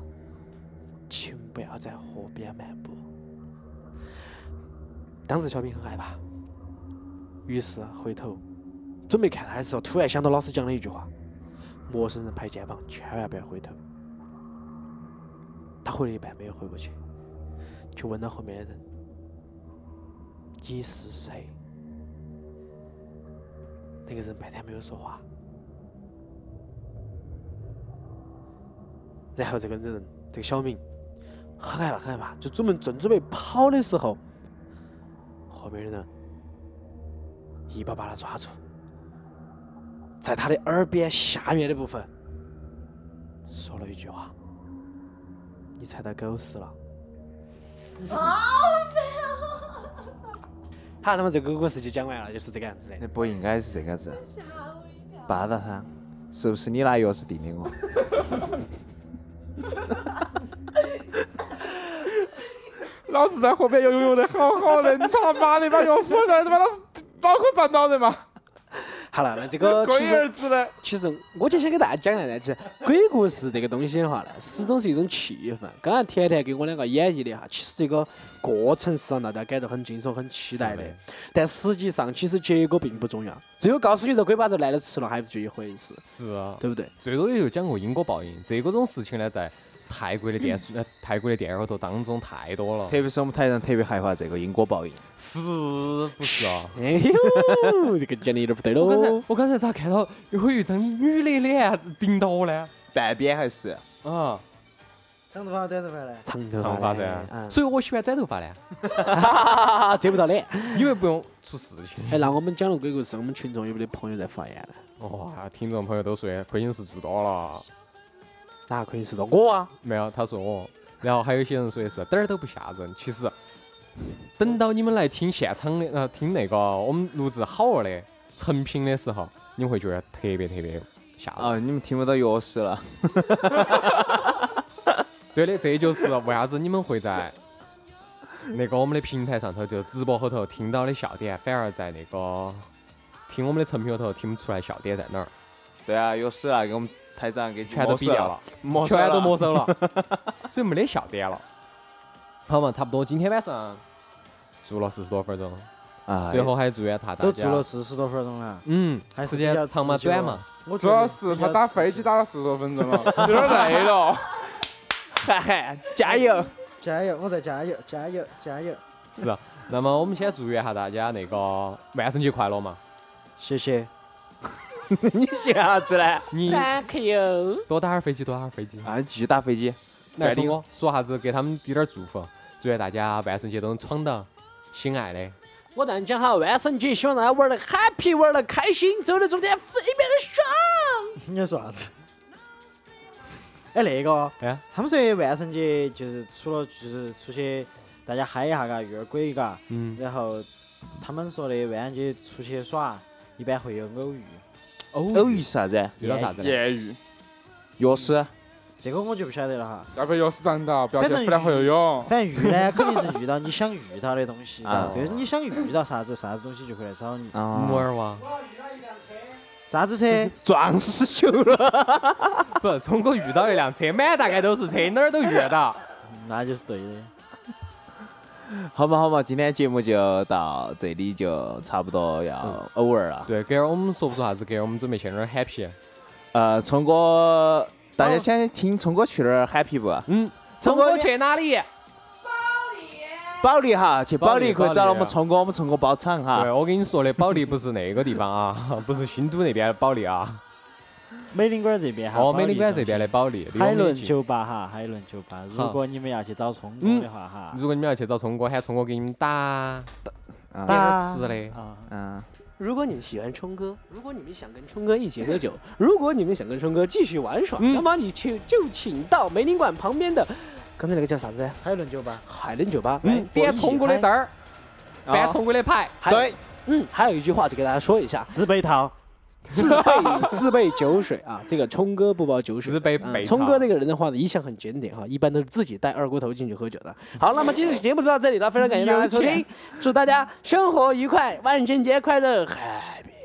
Speaker 3: 请不要在河边漫步。当时小明很害怕，于是回头准备看他的时候，突然想到老师讲的一句话：“陌生人拍肩膀，千万不要回头。”他回了一半没有回过去，就问到后面的人：“你是谁？”那个人半天没有说话，然后这个人，这个小明很害怕，很害怕，就准备正准备跑的时候，后面的人一把把他抓住，在他的耳边下面的部分说了一句话：“你踩到狗屎了。”好，那么这个故事就讲完了，就是这个样子的。
Speaker 1: 那不应该是这个字。巴达他，是不是你拿钥匙递给我？
Speaker 5: 老子在河边游泳游的好好的，你他妈的把钥匙出来，他妈老子脑壳撞到人嘛！
Speaker 3: 好了，那这个其
Speaker 5: 龟
Speaker 3: 实
Speaker 5: 儿子呢？
Speaker 3: 其实我就想给大家讲一下呢，就是鬼故事这个东西的话呢，始终是一种气氛。刚才甜甜给我两个演绎的哈，其实这个过程是让大家感到很惊悚、很期待的，但实际上其实结果并不重要。最后告诉你这鬼把这来了吃了，还不就一回事，
Speaker 2: 是啊，
Speaker 3: 对不 对？
Speaker 2: 最多也就讲过因果报应，这个种事情呢，在泰国的电视、呃泰国的电影后头当中太多了
Speaker 1: 特，别是我们台上特别害怕这个因果报应。
Speaker 2: 是不是啊？
Speaker 3: 哎呦，这个讲的有点不对
Speaker 2: 我刚
Speaker 3: 喽
Speaker 2: 才。我刚才咋看到有一张女的脸顶到我呢？
Speaker 1: 半边还是
Speaker 2: 啊，
Speaker 4: 长头发短头发呢？
Speaker 3: 长头
Speaker 2: 长
Speaker 3: 发
Speaker 2: 发
Speaker 3: 的
Speaker 2: 噻，
Speaker 3: 嗯
Speaker 2: 所以我喜欢短头发呢，
Speaker 3: 啊，遮不到脸。
Speaker 2: 因为不用出事情。
Speaker 3: 哎，那我们讲了鬼故事，我们群众有没得朋友在发言呢？
Speaker 2: 哇，听众朋友都说亏心事做多了，
Speaker 3: 哪可以是到我啊？
Speaker 2: 没有，他说我，然后还有些人说的是点儿都不吓人，其实等到你们来听现场的，呃，听那个我们录制好了的成品的时候，你们会觉得特别特别吓人。
Speaker 1: 啊，你们听不到钥匙了。
Speaker 2: 对的，这就是为啥子你们会在那个我们的平台上头，就直播后头听到的笑点，反而在那个听我们的成品后头听不出来笑点在 哪儿，
Speaker 1: 对啊，钥匙啊，给我们台长给
Speaker 2: 全都比掉了，，
Speaker 1: 没收
Speaker 2: 全都没
Speaker 1: 了。
Speaker 2: 收了， 所以没得笑点了。好嘛，差不多今天晚上做了四十多分钟，
Speaker 1: 啊，
Speaker 2: 最后还哎祝愿他大家
Speaker 4: 都做了四十多分钟了，
Speaker 2: 嗯，
Speaker 4: 还是
Speaker 2: 时
Speaker 4: 比较
Speaker 2: 间长嘛
Speaker 4: 持久啊
Speaker 2: 短嘛，
Speaker 4: 我
Speaker 5: 主要是他打飞机
Speaker 4: 打，
Speaker 5: 打了四十多分 钟了，有点累了。
Speaker 1: 涵涵哎加油！
Speaker 4: 加油，我在加油，加油，加油，
Speaker 2: 是啊。那么我们先祝愿下大家那个万圣节快乐嘛，
Speaker 4: 谢谢。
Speaker 1: 你写啥子呢？
Speaker 2: 你
Speaker 3: Thank you。
Speaker 2: 多打点儿飞机，多打点儿飞机。
Speaker 1: 啊，继续打飞机。
Speaker 2: 来，
Speaker 1: 快点
Speaker 2: 聪哥说啥子？给他们滴点儿祝福，祝愿大家万圣节都能闯到心爱的。
Speaker 3: 我让你讲哈，万圣节希望大家玩的 happy，玩的开心，走的中间飞遍的爽。
Speaker 4: 你要说啥子？哎，那个，
Speaker 2: 哎呀，
Speaker 4: 他们说万圣节就是除了就是出去大家嗨一下嘎，遇点鬼嘎，
Speaker 2: 嗯，
Speaker 4: 然后他们说的万圣节出去耍，一般会有偶遇，
Speaker 2: 哦
Speaker 1: 偶哦遇是啥子？
Speaker 2: 遇到啥子呢？
Speaker 5: 艳遇，
Speaker 1: 钥匙？
Speaker 4: 这个我就不晓得了哈。
Speaker 5: 要不要钥匙上到，不要去
Speaker 4: 反正
Speaker 5: 湖南会游泳。
Speaker 4: 反正遇呢，肯定是遇到你想遇到的东 西。
Speaker 1: 啊
Speaker 4: 嘎这个你想遇到啥子，啥子东西就会来找你。
Speaker 2: 木
Speaker 1: 啊，
Speaker 2: 耳哇，
Speaker 4: 啥子 车？
Speaker 1: 撞死球了！
Speaker 2: 不，中国遇到一辆车，满大街都是车，哪儿都遇得到。
Speaker 4: 那就是对的。
Speaker 1: 好嘛好嘛，今天节目就到这里，就差不多要 over 了。
Speaker 2: 对，给儿我们说不出啥子，给儿我们准备去哪儿 happy。
Speaker 1: 呃，聪哥，大家想听聪哥去哪儿 happy 不？
Speaker 2: 嗯，
Speaker 1: 中
Speaker 2: 中
Speaker 1: 国
Speaker 2: 国去啊哪里？
Speaker 1: 保利哈，去保
Speaker 2: 保利
Speaker 1: 利可以找到我
Speaker 2: 保
Speaker 1: 们
Speaker 2: 利
Speaker 1: 聪哥，我们聪哥包场
Speaker 2: 对，
Speaker 1: 哈。
Speaker 2: 我跟你说的，保利不是那个地方啊， 不是新都那边的保利啊，
Speaker 4: 美林馆这边哈，
Speaker 2: 哦，
Speaker 4: 保
Speaker 2: 美林馆
Speaker 4: 利
Speaker 2: 这边的保利，离我
Speaker 4: 海
Speaker 2: 们也
Speaker 4: 伦
Speaker 2: 近
Speaker 4: 酒吧哈，海伦酒吧，如
Speaker 2: 好嗯
Speaker 4: 果你们要去找聪哥的话哈，
Speaker 2: 如果你们要去找聪哥，喊聪哥给你们打
Speaker 1: 啊
Speaker 2: 点儿吃的。
Speaker 4: 啊，
Speaker 1: 嗯，
Speaker 3: 如果你们喜欢冲哥，如果你们想跟冲哥一起喝酒，如果你们想跟冲哥继续玩耍，
Speaker 2: 嗯
Speaker 3: 那么你请就请到梅林馆旁边的，刚才那个叫啥子？
Speaker 4: 海伦酒吧，
Speaker 3: 海伦酒吧。
Speaker 2: 嗯，点聪哥的单儿，
Speaker 1: 啊
Speaker 2: 翻聪哥的牌。
Speaker 3: 还有，
Speaker 1: 对，
Speaker 3: 嗯，还有一句话就给大家说一下，
Speaker 4: 自备套，
Speaker 3: 自备自备酒水啊，这个冲哥不包酒水。
Speaker 2: 自备
Speaker 3: 啊
Speaker 2: 备
Speaker 3: 冲
Speaker 2: 套
Speaker 3: 哥这个人的话呢，一向很检点哈，一般都是自己带二锅头进去喝酒的。 好，那么今天的节目就到这里了，非常感谢大家的收听，祝大家生活愉快，万圣节快乐，Happy。